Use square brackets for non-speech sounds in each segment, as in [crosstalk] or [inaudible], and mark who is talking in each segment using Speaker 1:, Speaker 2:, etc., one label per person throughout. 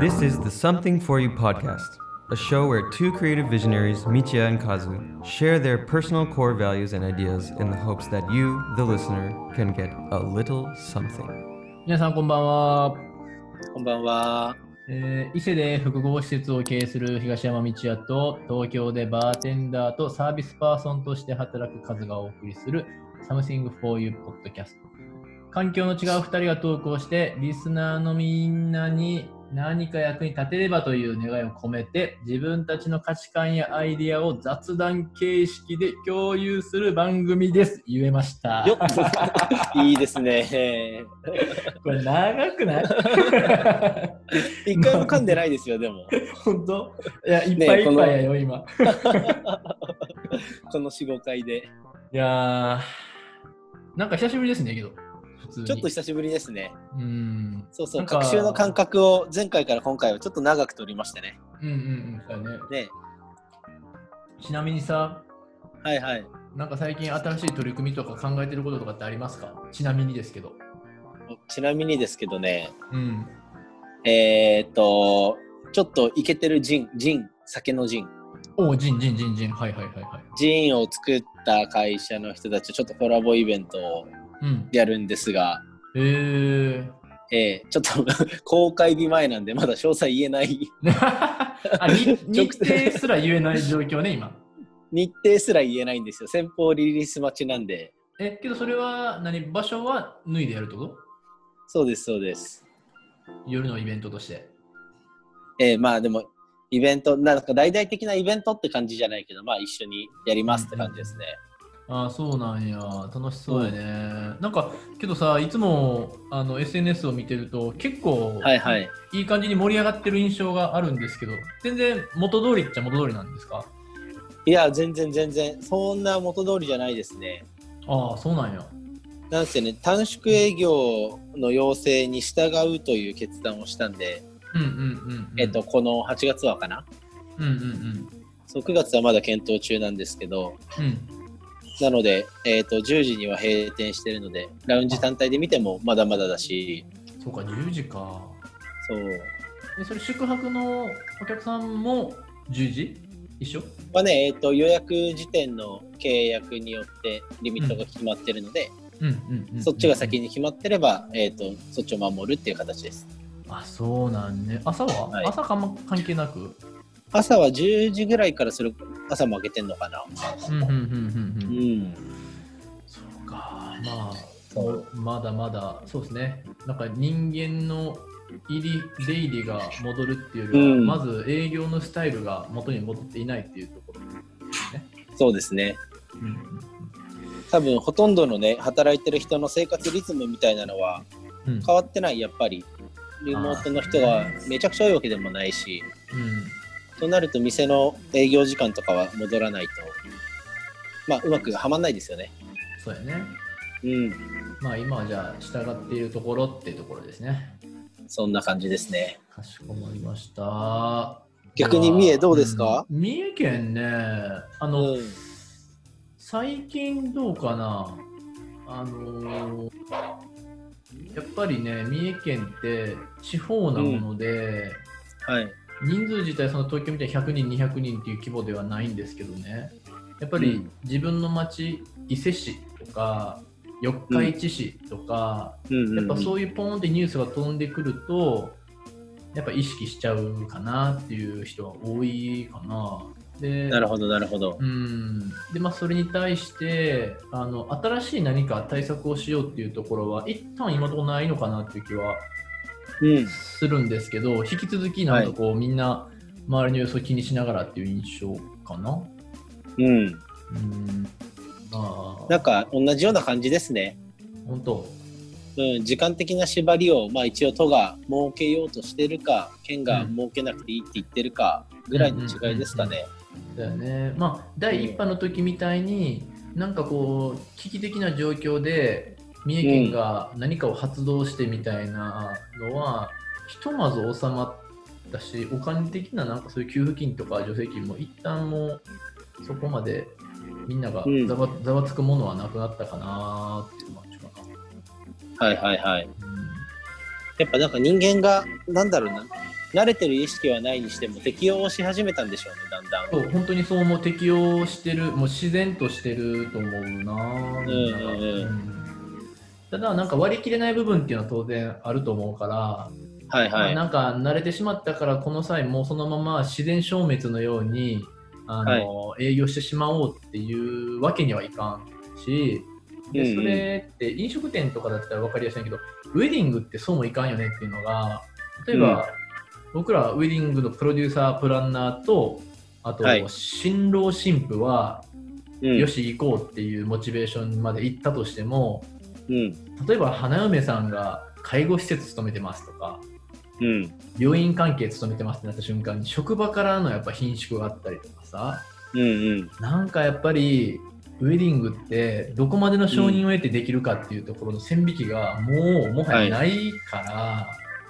Speaker 1: This is the Something For You podcast, a show where two creative visionaries, Michia and Kazu, share their personal core values and ideas in the hopes that you, the listener, can get a little something.
Speaker 2: 皆さんこんばんは、
Speaker 3: こんばんは。
Speaker 2: えー伊勢で複合施設を経営する東山道也と東京でバーテンダーとサービスパーソンとして働く数がお送りする Something for You Podcast 環境の違う2人が投稿してリスナーのみんなに何か役に立てればという願いを込めて自分たちの価値観やアイディアを雑談形式で共有する番組です言えました
Speaker 3: よっ [laughs] いいですね。
Speaker 2: これ長くない
Speaker 3: 一回も噛んでないですよ、
Speaker 2: [laughs]
Speaker 3: でも。
Speaker 2: 本当いや、いっぱいいっぱいやよ、今。
Speaker 3: この4、5回で。
Speaker 2: いやー、なんか久しぶりですね、けど、普通に。
Speaker 3: ちょっと久しぶりですね。
Speaker 2: うん。
Speaker 3: そうそ
Speaker 2: な
Speaker 3: う、
Speaker 2: んか
Speaker 3: 各週の間隔を前回から今回はちょっと長く取りましたね。
Speaker 2: うんうんうん、そうだね。
Speaker 3: ね。
Speaker 2: ちなみにさ、
Speaker 3: はいはい。
Speaker 2: なんか最近新しい取り組みとか考えてることとかってありますかちなみにですけど。
Speaker 3: ちなみにですけどね、
Speaker 2: うん。
Speaker 3: えー、っと、ちょっとイケてるジン、ジン、酒のジン。
Speaker 2: おう、ジンジンジンジン。はいはいはいはい。
Speaker 3: ジンを作った会社の人たちとちょっとコラボイベントを
Speaker 2: うん。
Speaker 3: やるんですが、
Speaker 2: えー。 [laughs]
Speaker 3: えー、ちょっと [laughs] 公開日前なんでまだ詳細言えない。
Speaker 2: あ
Speaker 3: [laughs]
Speaker 2: 日日程すら言えない状況ね、今。
Speaker 3: 日程すら言えないんですよ。先方リリース待ちなんで。
Speaker 2: え、けどそれは何場所は脱いでやるってこと
Speaker 3: そうです、そうです。
Speaker 2: 夜のイベントとして。
Speaker 3: えー、まあでも、イベント、なんか大々的なイベントって感じじゃないけど、まあ一緒にやりますって感じですね。
Speaker 2: ああそうなんや楽しそうやね、なんかけどさいつもあの SNS を見てると結構、、
Speaker 3: はいいはい。
Speaker 2: い感じに盛り上がってる印象があるんですけど全然元通りっちゃ元通りなんですか
Speaker 3: いや、全然全然、そんな元通りじゃないですね。
Speaker 2: ああそうなんや
Speaker 3: なんせね、短縮営業の要請に従うという決断をしたんで、
Speaker 2: うんうんうん、うん、
Speaker 3: えっ、と、この8月はかな
Speaker 2: うんうんうん
Speaker 3: そう ?9 月はまだ検討中なんですけど、
Speaker 2: うん
Speaker 3: なので、えっ、と、10時には閉店してるので、ラウンジ単体で見てもまだまだだし、
Speaker 2: そうか10時か
Speaker 3: そう。
Speaker 2: でそれ宿泊のお客さんも10時一緒
Speaker 3: はね、えー、と予約時点の契約によってリミットが決まってるので、
Speaker 2: うんうん、うん、
Speaker 3: そっちが先に決まってれば、えー、とそっちを守るっていう形です
Speaker 2: あそうなんね朝は、
Speaker 3: はい
Speaker 2: 朝かも関係なく
Speaker 3: 朝は10時ぐらいからそれ朝も開けてんのかな
Speaker 2: うんうんうんうんうん
Speaker 3: うん
Speaker 2: そうか、まあ、
Speaker 3: そう
Speaker 2: まだまだ、そうですね、なんか人間の入り、出入りが戻るっていうよりは、
Speaker 3: うん
Speaker 2: まず営業のスタイルが元に戻っていないっていうところ。
Speaker 3: そうですね
Speaker 2: うん
Speaker 3: 多分ほとんどのね働いてる人の生活リズムみたいなのは
Speaker 2: うんうん
Speaker 3: 変わってないやっぱりリモートの人がめちゃくちゃ多いわけでもないしとなると店の営業時間とかは戻らないとまあうまくはまんないですよね
Speaker 2: そうやね。
Speaker 3: うん
Speaker 2: まあ今はじゃあ従っているところっていうところですね。
Speaker 3: そんな感じですね
Speaker 2: かしこまりました。
Speaker 3: 逆に三重どうですか
Speaker 2: ん三重県ね、あの、
Speaker 3: うん
Speaker 2: 最近どうかなあのーやっぱりね三重県って地方なもので、
Speaker 3: はい。
Speaker 2: 人数自体その東京みたいに100人200人っていう規模ではないんですけどねやっぱ
Speaker 3: う
Speaker 2: り
Speaker 3: ん
Speaker 2: 自分の町伊勢市とか四日市市とか、
Speaker 3: うん
Speaker 2: やっぱそうういうポーンってニュースが飛んでくるとやっぱ意識しちゃうかなっていう人は多いかな。で
Speaker 3: んなるほど、なるほど。
Speaker 2: うんでまあ、それに対してあの新しい何か対策をしようっていうところは一旦今のところないのかなっていう気は
Speaker 3: うん。
Speaker 2: するんですけど引き続きなんかこう、みんな周りの様子を気にしながらっていう印象かな。
Speaker 3: うん。
Speaker 2: うんま
Speaker 3: な
Speaker 2: あ
Speaker 3: んか、同じような感じですね。
Speaker 2: 本当
Speaker 3: うん。時間的な縛りを、まあ一応都が設けようとしてるか、県が設けなくていいって言ってるか、ぐらいの違いですかね。
Speaker 2: だよねまあ第一波の時みたいになんかこう危機的な状況で三重県が何かを発動してみたいなのは、ひとまず収まったしお金的ななんかそういう給付金とか助成金も一旦もうそこまでみんなが
Speaker 3: うん
Speaker 2: ざわ,、ざわつくものはなくなったかなっていう感じかな。
Speaker 3: はいはいはい。やっぱなんか人間が、なんだろうな、慣れてる意識はないにしても適応をし始めたんでしょうね、だんだん。
Speaker 2: そう本当にそうも適応してるもう自然としてると思うな、みなが
Speaker 3: うんうんうん
Speaker 2: ただなんか割り切れない部分っていうのは当然あると思うから、
Speaker 3: はいはい。
Speaker 2: なんか慣れてしまったからこの際もうそのまま自然消滅のようにあの、営業してしまおうっていうわけにはいかんし
Speaker 3: うんう
Speaker 2: で
Speaker 3: ん
Speaker 2: それって飲食店とかだったら分かりやすいんやけどウェディングってそうもいかんよねっていうのが例えば、僕らウェディングのプロデューサープランナーとあと、
Speaker 3: はい
Speaker 2: 新郎新婦は、
Speaker 3: うん
Speaker 2: よし行こうっていうモチベーションまで行ったとしても
Speaker 3: うん。
Speaker 2: 例えば花嫁さんが介護施設勤めてますとか
Speaker 3: うん。
Speaker 2: 病院関係勤めてますってなった瞬間に職場からのやっぱ貧縮があったりとかさ
Speaker 3: うんうん。
Speaker 2: なんかやっぱりウェディングってどこまでの承認を得てできるかっていうところの線引きがもうもはやないから、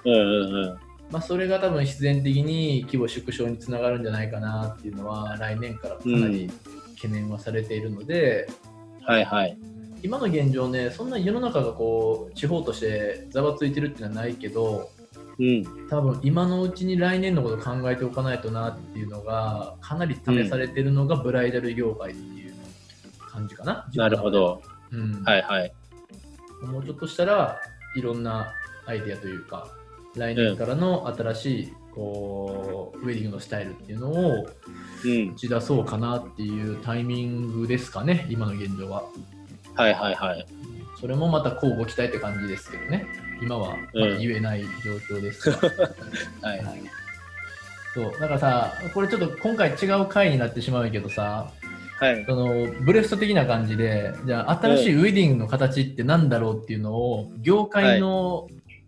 Speaker 3: うんうんうん。
Speaker 2: まあ、それが多分必然的に規模縮小につながるんじゃないかなっていうのは来年からかなり懸念はされているので、
Speaker 3: はいはい。
Speaker 2: 今の現状ねそんな世の中がこう地方としてざわついてるっていうのはないけど
Speaker 3: うん。
Speaker 2: 多分今のうちに来年のことを考えておかないとなっていうのがかなり試されてるのがブライダル業界っていう感じかな。
Speaker 3: なるほ、ど。
Speaker 2: うん
Speaker 3: はいはい。
Speaker 2: もうちょっとしたらいろんなアイデアというか来年からの新しいこうウェディングのスタイルっていうのを
Speaker 3: うん
Speaker 2: 打。ち出そうかなっていうタイミングですかね今の現状は。
Speaker 3: はいはいはい。
Speaker 2: それもまた交互期待って感じですけどね今はまだ言えない状況ですが。
Speaker 3: [laughs] はい。
Speaker 2: はいそうだからさこれちょっと今回違う回になってしまうけどさ
Speaker 3: はい。
Speaker 2: そのブレスト的な感じでじゃあ新しいウェディングの形って何だろうっていうのを業界の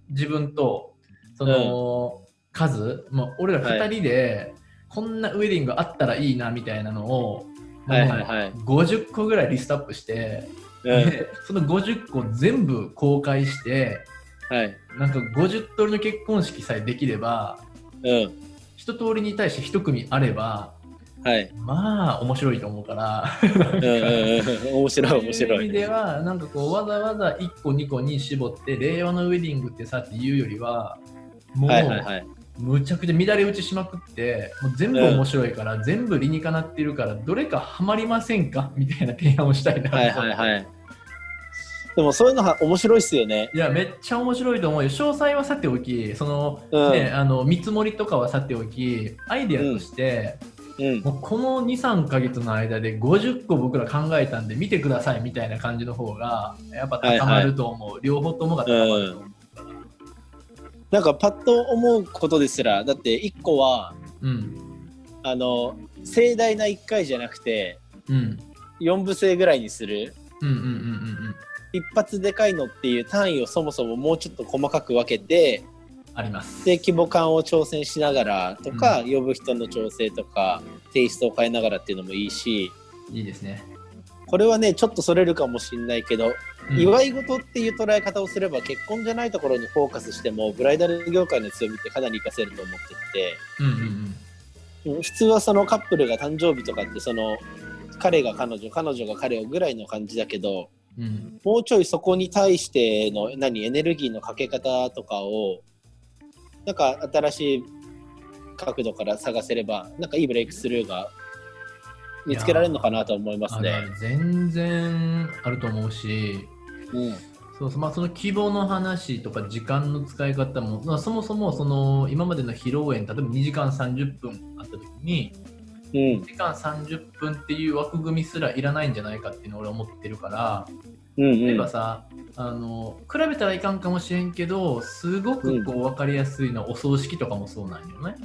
Speaker 2: 自分とその数、まあ、俺ら2人でこんなウェディングあったらいいなみたいなのを、
Speaker 3: は
Speaker 2: も
Speaker 3: い
Speaker 2: う
Speaker 3: は
Speaker 2: ね
Speaker 3: いはい。
Speaker 2: 50個ぐらいリストアップして、
Speaker 3: うん。
Speaker 2: でその50個全部公開して
Speaker 3: はい。
Speaker 2: なんか50通りの結婚式さえできれば
Speaker 3: うん。
Speaker 2: 一通りに対して一組あれば
Speaker 3: はい。
Speaker 2: まあ面白いと思うから
Speaker 3: うんうんうん。面白い面
Speaker 2: そう
Speaker 3: 白
Speaker 2: いう意
Speaker 3: い。
Speaker 2: 味ではなんかこうわざわざ1個2個に絞って令和のウェディングってさっていうよりはもう、
Speaker 3: はいはいはい。
Speaker 2: むちゃくちゃ乱れ打ちしまくってもう全部面白いから、全部理にかなってるからどれかハマりませんかみたいな提案をしたいな、
Speaker 3: はいはいはい。でもそういうのは面白いっすよね。
Speaker 2: いやめっちゃ面白いと思うよ詳細はさておきその、
Speaker 3: うん
Speaker 2: ね、あの見積もりとかはさておきアイデアとして、
Speaker 3: うん。
Speaker 2: もうこの23か月の間で50個僕ら考えたんで見てくださいみたいな感じの方がやっぱ高まると思う、両方ともが高まると思う、
Speaker 3: なんかパッと思うことですら、だって一個は、
Speaker 2: うん
Speaker 3: あの、盛大な一回じゃなくて、
Speaker 2: うん、うん
Speaker 3: 四部制ぐらいにする。
Speaker 2: うんうんうん
Speaker 3: 一発でかいのっていう単位をそもそももうちょっと細かく分けて
Speaker 2: あります
Speaker 3: で規模感を挑戦しながらとか、呼ぶ人の調整とかテイストを変えながらっていうのもいいし
Speaker 2: いいですね、
Speaker 3: これはねちょっとそれるかもしんないけど、
Speaker 2: うん
Speaker 3: 祝い事っていう捉え方をすれば結婚じゃないところにフォーカスしてもブライダル業界の強みってかなり活かせると思ってて。
Speaker 2: うんうん
Speaker 3: うん普通はそのカップルが誕生日とかってその彼が彼女彼女が彼をぐらいの感じだけど、
Speaker 2: うんうん
Speaker 3: もうちょいそこに対しての何エネルギーのかけ方とかをなんか新しい角度から探せればなんかいいブレイクスルーが見つけられるのかなと思います
Speaker 2: あるあ
Speaker 3: ね。
Speaker 2: る全然あると思うし
Speaker 3: うん
Speaker 2: そうそうまあ、その希望の話とか時間の使い方も、まあ、そもそもその今までの披露宴例えば2時間30分あった時に
Speaker 3: うん
Speaker 2: 1時間30分っていう枠組みすらいらないんじゃないかっていうのを俺は思ってるから
Speaker 3: うん
Speaker 2: 例え
Speaker 3: う
Speaker 2: ば
Speaker 3: ん
Speaker 2: さ、あの比べたらいかんかもしれんけどすごくこう分かりやすいのはお葬式とかもそうなんよね。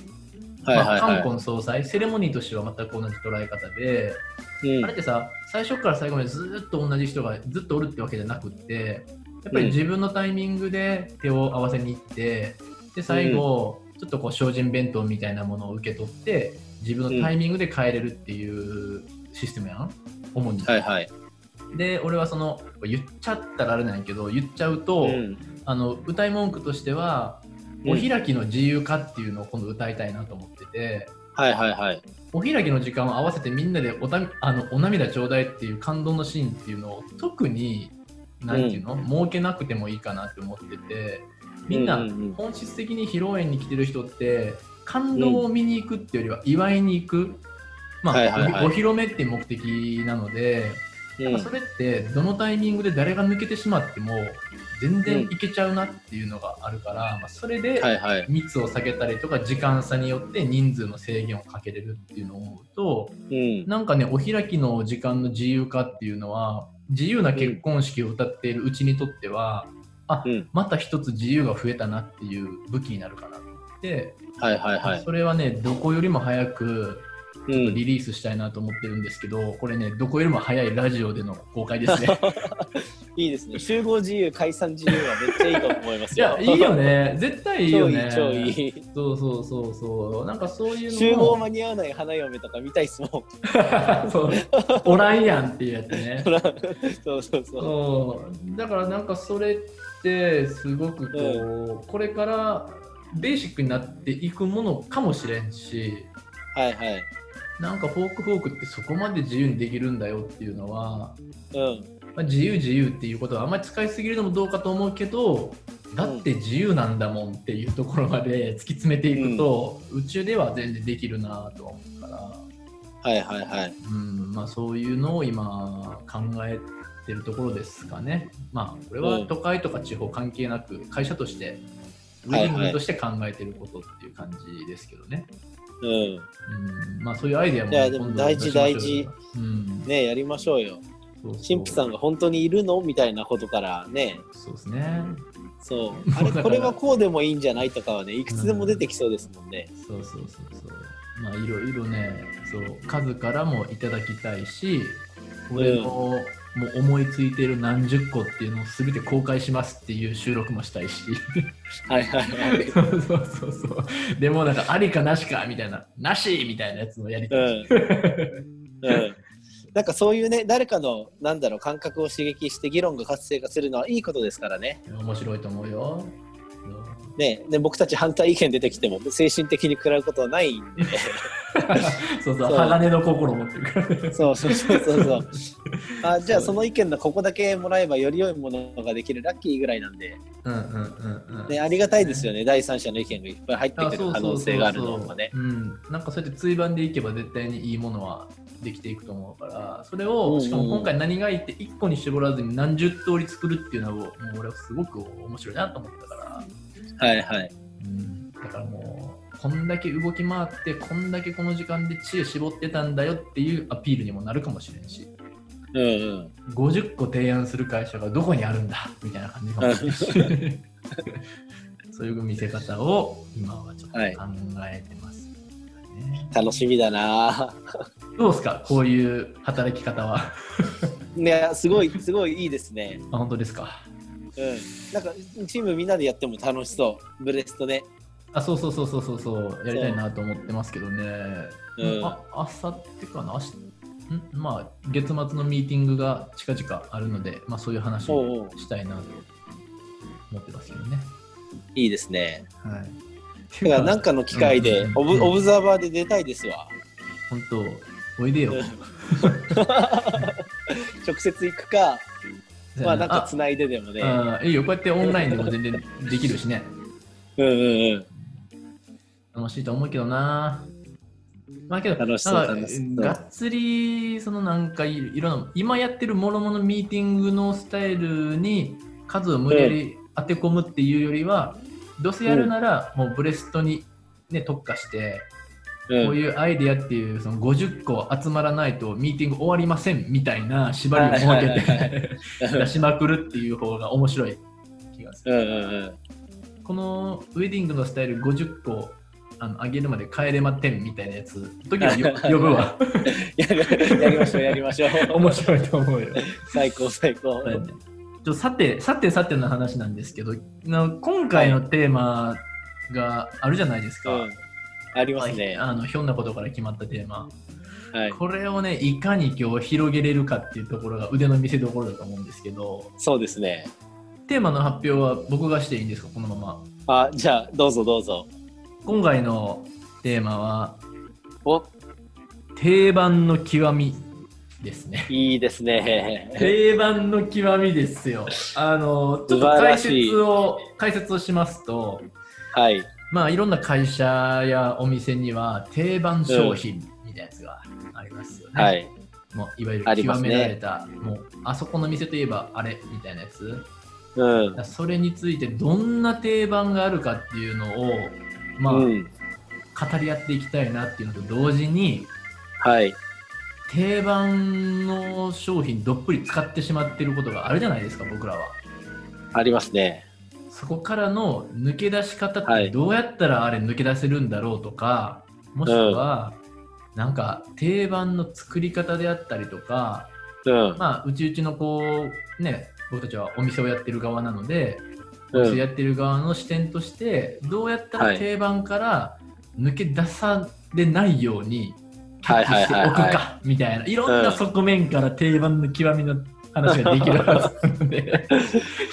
Speaker 3: はいはい
Speaker 2: まあ、
Speaker 3: は
Speaker 2: 冠婚葬祭セレモニーとしては全く同じ捉え方で、
Speaker 3: い。うん
Speaker 2: あれってさ最初から最後までずっと同じ人がずっとおるってわけじゃなくってやっぱり自分のタイミングで手を合わせに行ってで最後、ちょっとこう精進弁当みたいなものを受け取って自分のタイミングで帰れるっていうシステムやん主に。
Speaker 3: はいはい。
Speaker 2: で俺はその言っちゃったらあれなんやけど言っちゃうと、
Speaker 3: うん
Speaker 2: あの歌い文句としては、お開きの自由化っていうのを今度歌いたいなと思ってて。
Speaker 3: はいはいはい。
Speaker 2: お開きの時間を合わせてみんなでおたあのお涙ちょうだいっていう感動のシーンっていうのを特になんていうの、儲けなくてもいいかなって思っててみんな
Speaker 3: うんうんうん
Speaker 2: 本質的に披露宴に来てる人って感動を見に行くっていうよりは祝いに行く、まあ
Speaker 3: はいはいはい
Speaker 2: おお披露目っていう目的なので、
Speaker 3: うん
Speaker 2: それってどのタイミングで誰が抜けてしまっても全然いけちゃうなっていうのがあるから、まあ、それで
Speaker 3: はいはい。
Speaker 2: 密を避けたりとか時間差によって人数の制限をかけれるっていうのを思うと
Speaker 3: うん。
Speaker 2: なんかねお開きの時間の自由化っていうのは自由な結婚式を歌っているうちにとっては、あ
Speaker 3: うん
Speaker 2: また一つ自由が増えたなっていう武器になるかなと思って、
Speaker 3: はいはいはい。
Speaker 2: それはねどこよりも早く
Speaker 3: う
Speaker 2: リ
Speaker 3: ん。
Speaker 2: リースしたいなと思ってるんですけど、これねどこよりも早いラジオでの公開ですね。
Speaker 3: [laughs] いいですね。集合自由、解散自由はめっちゃいいと思います
Speaker 2: いや
Speaker 3: よ。
Speaker 2: いいよ。ね絶対いいよ
Speaker 3: 超い
Speaker 2: ね
Speaker 3: い、超いい。
Speaker 2: そうそうそうそうなんかそういうのも
Speaker 3: 集合間に合わない花嫁とか見たいっすもん。 [laughs]
Speaker 2: [laughs] そうおらんやんっていうやつね
Speaker 3: ほらそうそうそう。
Speaker 2: そうだからなんかそれってすごくこう、これからベーシックになっていくものかもしれんし
Speaker 3: はいはい。
Speaker 2: なんかフォークフォークってそこまで自由にできるんだよっていうのは、
Speaker 3: うん。
Speaker 2: まあ、自由自由っていうことはあんまり使いすぎるのもどうかと思うけどだって自由なんだもんっていうところまで突き詰めていくと、宇宙では全然できるなとは思うから。
Speaker 3: はいはいはい。
Speaker 2: うんまあ、そういうのを今考えてるところですかね。まあ、これは都会とか地方関係なく会社としてウ
Speaker 3: は
Speaker 2: ェ
Speaker 3: いは
Speaker 2: デ
Speaker 3: い
Speaker 2: ィングとして考えてることっていう感じですけどね。
Speaker 3: う
Speaker 2: うんまあ、そういうアイデアも
Speaker 3: いやでも
Speaker 2: 今度出しましょうよ
Speaker 3: 大事。
Speaker 2: うん
Speaker 3: ん。ねやりましょうよ。
Speaker 2: そうそう
Speaker 3: 神父さんが本当にいるのみたいなことからね。
Speaker 2: そうですね。
Speaker 3: そう。あれ、これはこうでもいいんじゃないとかはね、いくつでも出てきそうですもんね。
Speaker 2: そうそうそうそう。まあいろいろね、そう数からもいただきたいし、俺のもう思いついてる何十個っていうのを全て公開しますっていう収録もしたいし。
Speaker 3: はいはいは
Speaker 2: [laughs]
Speaker 3: い。
Speaker 2: そうそうそうそう。でもなんかありかなしかみたいな、なしみたいなやつもやり
Speaker 3: う
Speaker 2: たい。
Speaker 3: ん。うん。 [laughs] なんかそういうね、誰かの、なんだろう、感覚を刺激して議論が活性化するのはいいことですからね。
Speaker 2: 面白いと思う [laughs] よ。
Speaker 3: ね、で僕たち反対意見出てきても精神的に食らうことはないんで、
Speaker 2: そう
Speaker 3: そ
Speaker 2: そうう、鋼の心持ってるからね。
Speaker 3: [laughs] そうそうそうそうそうあじゃあその意見のここだけもらえばより良いものができるラッキーぐらいなんで、
Speaker 2: うんうんうんうん。
Speaker 3: ね、ありがたいですよね第三者の意見がいっぱい入って
Speaker 2: あ
Speaker 3: くる可能性があるのはね
Speaker 2: うん、なんかそうやって追番でいけば絶対にいいものはできていくと思うからそれを、
Speaker 3: うんうん
Speaker 2: しかも今回何がいいって1個に絞らずに何十通り作るっていうのはもう俺はすごく面白いなと思ったから、
Speaker 3: はいはい
Speaker 2: うん、だからもうこんだけ動き回ってこんだけこの時間で知恵絞ってたんだよっていうアピールにもなるかもしれんし
Speaker 3: うんうん
Speaker 2: 50個提案する会社がどこにあるんだみたいな感じかもしれんしそういう見せ方を今はちょっと考
Speaker 3: はい
Speaker 2: えてます、ね
Speaker 3: 楽しみだな
Speaker 2: どうですかこういう働き方はあ
Speaker 3: ねすごいすごいいいですね
Speaker 2: 本当ですか
Speaker 3: うんなんかチームみんなでやっても楽しそうブレストね
Speaker 2: あそうそうそうそうそうそうやりたいなと思ってますけどね、
Speaker 3: うん
Speaker 2: ああさってかな明日んまあ月末のミーティングが近々あるので、まあ、そういう話
Speaker 3: お
Speaker 2: を
Speaker 3: うおう
Speaker 2: したいなと思ってますけどね
Speaker 3: いいですね
Speaker 2: はい
Speaker 3: だからなんかの機会でオブオブザーバーで出たいですわ
Speaker 2: 本当おいでよ
Speaker 3: うん [laughs] 直接行くかまあなんかつないででもね。
Speaker 2: ああいいよこうやってオンラインでも全然できるしね
Speaker 3: うんうんうん。
Speaker 2: 楽しいと思うけどな。まあけど、
Speaker 3: 楽しそう
Speaker 2: なんか
Speaker 3: 楽しそう
Speaker 2: がっつり、そのなんかいいろんな、今やってるもろもろミーティングのスタイルに数を無理やり当て込むっていうよりは、どうせやるなら、もうブレストに、ね、特化して、こう
Speaker 3: うん、
Speaker 2: いうアイデアっていう、その50個集まらないとミーティング終わりませんみたいな縛りを設
Speaker 3: はいはいはい
Speaker 2: けて [laughs] 出しまくるっていう方が面白い気がする。
Speaker 3: うんうん
Speaker 2: このウェディングのスタイル50個あの上げるまで帰れまってんみたいなやつ時はよ呼ぶわ
Speaker 3: やる [laughs] やりましょうやりましょう
Speaker 2: 面白いと思うよ、
Speaker 3: 最高最高、
Speaker 2: はいちょっとさてさてさての話なんですけどな今回のテーマがあるじゃないです
Speaker 3: う
Speaker 2: か、
Speaker 3: んありま
Speaker 2: は
Speaker 3: す
Speaker 2: い
Speaker 3: ね、
Speaker 2: あのひょんなことから決まったテーマ、
Speaker 3: はい、
Speaker 2: これをねいかに今日広げれるかっていうところが腕の見せ所だと思うんですけど
Speaker 3: そうですね
Speaker 2: テーマの発表は僕がしていいんですかこのまま
Speaker 3: あじゃあどうぞどうぞ
Speaker 2: 今回のテーマは
Speaker 3: お
Speaker 2: 定番の極みですね。
Speaker 3: いいですね。
Speaker 2: 定番の極みですよ。あの、ちょっと
Speaker 3: 素晴
Speaker 2: 解
Speaker 3: らしい
Speaker 2: 説を、解説をしますと、
Speaker 3: はい。
Speaker 2: まあ、いろんな会社やお店には定番商品みたいなやつがありますよね。
Speaker 3: はい。
Speaker 2: もういわゆる
Speaker 3: ありま
Speaker 2: 極
Speaker 3: すね
Speaker 2: められた、もうあそこの店といえばあれみたいなやつ。
Speaker 3: うん
Speaker 2: だか。らそれについてどんな定番があるかっていうのを、まあ、
Speaker 3: うん。
Speaker 2: 語り合っていきたいなっていうのと同時に、
Speaker 3: はい。
Speaker 2: 定番の商品どっぷり使ってしまってることがあるじゃないですか、僕らは。
Speaker 3: ありますね。
Speaker 2: そこからの抜け出し方っ
Speaker 3: は
Speaker 2: て
Speaker 3: い
Speaker 2: どうやったらあれ抜け出せるんだろうとか、もしくは、なんか定番の作り方であったりとか、
Speaker 3: うん。
Speaker 2: まあ、うちうちのこう、ね、僕たちはお店をやってる側なので、お
Speaker 3: う
Speaker 2: 店
Speaker 3: ん。
Speaker 2: やってる側の視点として、どうやった
Speaker 3: は
Speaker 2: ら
Speaker 3: い
Speaker 2: 定番から抜け出されないように、キ
Speaker 3: は
Speaker 2: ャ
Speaker 3: い
Speaker 2: ッチしておく
Speaker 3: はいはい
Speaker 2: か、みたいな、いろんな
Speaker 3: うん
Speaker 2: 側面から定番の極みの話ができるはずなので。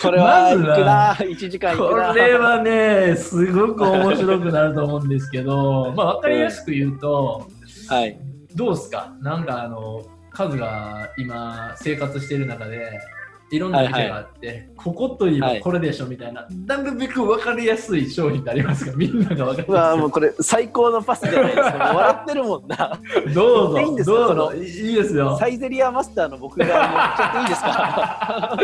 Speaker 3: これは、
Speaker 2: ま
Speaker 3: い
Speaker 2: ず
Speaker 3: く
Speaker 2: は
Speaker 3: な。1時間いく
Speaker 2: こ
Speaker 3: な。
Speaker 2: れはね、すごく面白くなると思うんですけ
Speaker 3: [laughs]
Speaker 2: ど、まあ、分かりやすく言うと、
Speaker 3: はい。
Speaker 2: どうですかなんかあの、カズが今生活してる中で、いろんな店があって、ここといえばこれでしょみたいな、なるべく分かりやすい商品ってありますかみんなが分か
Speaker 3: うわ
Speaker 2: り
Speaker 3: も
Speaker 2: や
Speaker 3: うこれ最高のパスじゃないです [laughs] か。もう笑ってるもんな。
Speaker 2: すい。どうぞ、
Speaker 3: いいんですか
Speaker 2: どうぞ、
Speaker 3: その
Speaker 2: いいいですよ
Speaker 3: サ。イゼリアマスターの僕がもう言っちゃっていいですか。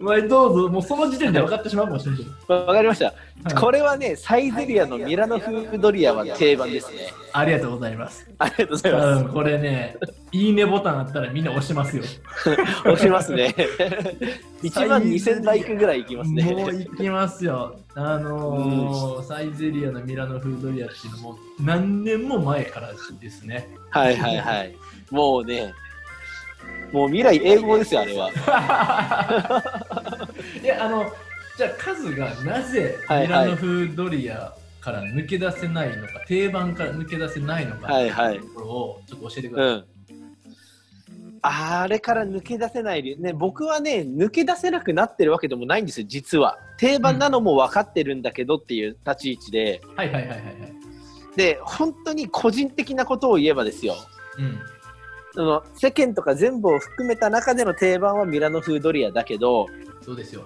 Speaker 2: まあ、どうぞ、もうその時点で分かってしまうかもしれない。
Speaker 3: [laughs] わかりました。
Speaker 2: はい
Speaker 3: これはね、サイゼリアのミラノ風ドリアは定番ですね。
Speaker 2: ありがとうございます。
Speaker 3: ありがとうございま
Speaker 2: うん、これね、いいねボタンあったらみんな押しますよ。
Speaker 3: す。押します [laughs] ね。1万2000ライクぐらいいきます
Speaker 2: もう
Speaker 3: ね。
Speaker 2: 行きますよ。あのーサイゼリアのミラノフードリアっていうのも何年も前からですね。
Speaker 3: [laughs] はいはいはい。もうね、もう未来英語ですよ、あれは。
Speaker 2: いや、あの、じゃあカズがなぜ
Speaker 3: はいはい
Speaker 2: ミラノフードリアから抜け出せないのか、定番から抜け出せないのか
Speaker 3: はいはい
Speaker 2: っていうところをちょっと教えてくだ
Speaker 3: う
Speaker 2: さい。
Speaker 3: ん。あれから抜け出せない理由ね、僕はね、抜け出せなくなってるわけでもないんですよ、実は。定番なのも分かってるんだけどっていう立ち位置で、
Speaker 2: はいはいはいはいはい。
Speaker 3: で、本当に個人的なことを言えばですよ、
Speaker 2: うん。
Speaker 3: その世間とか全部を含めた中での定番はミラノ風ドリアだけど、
Speaker 2: そうですよ。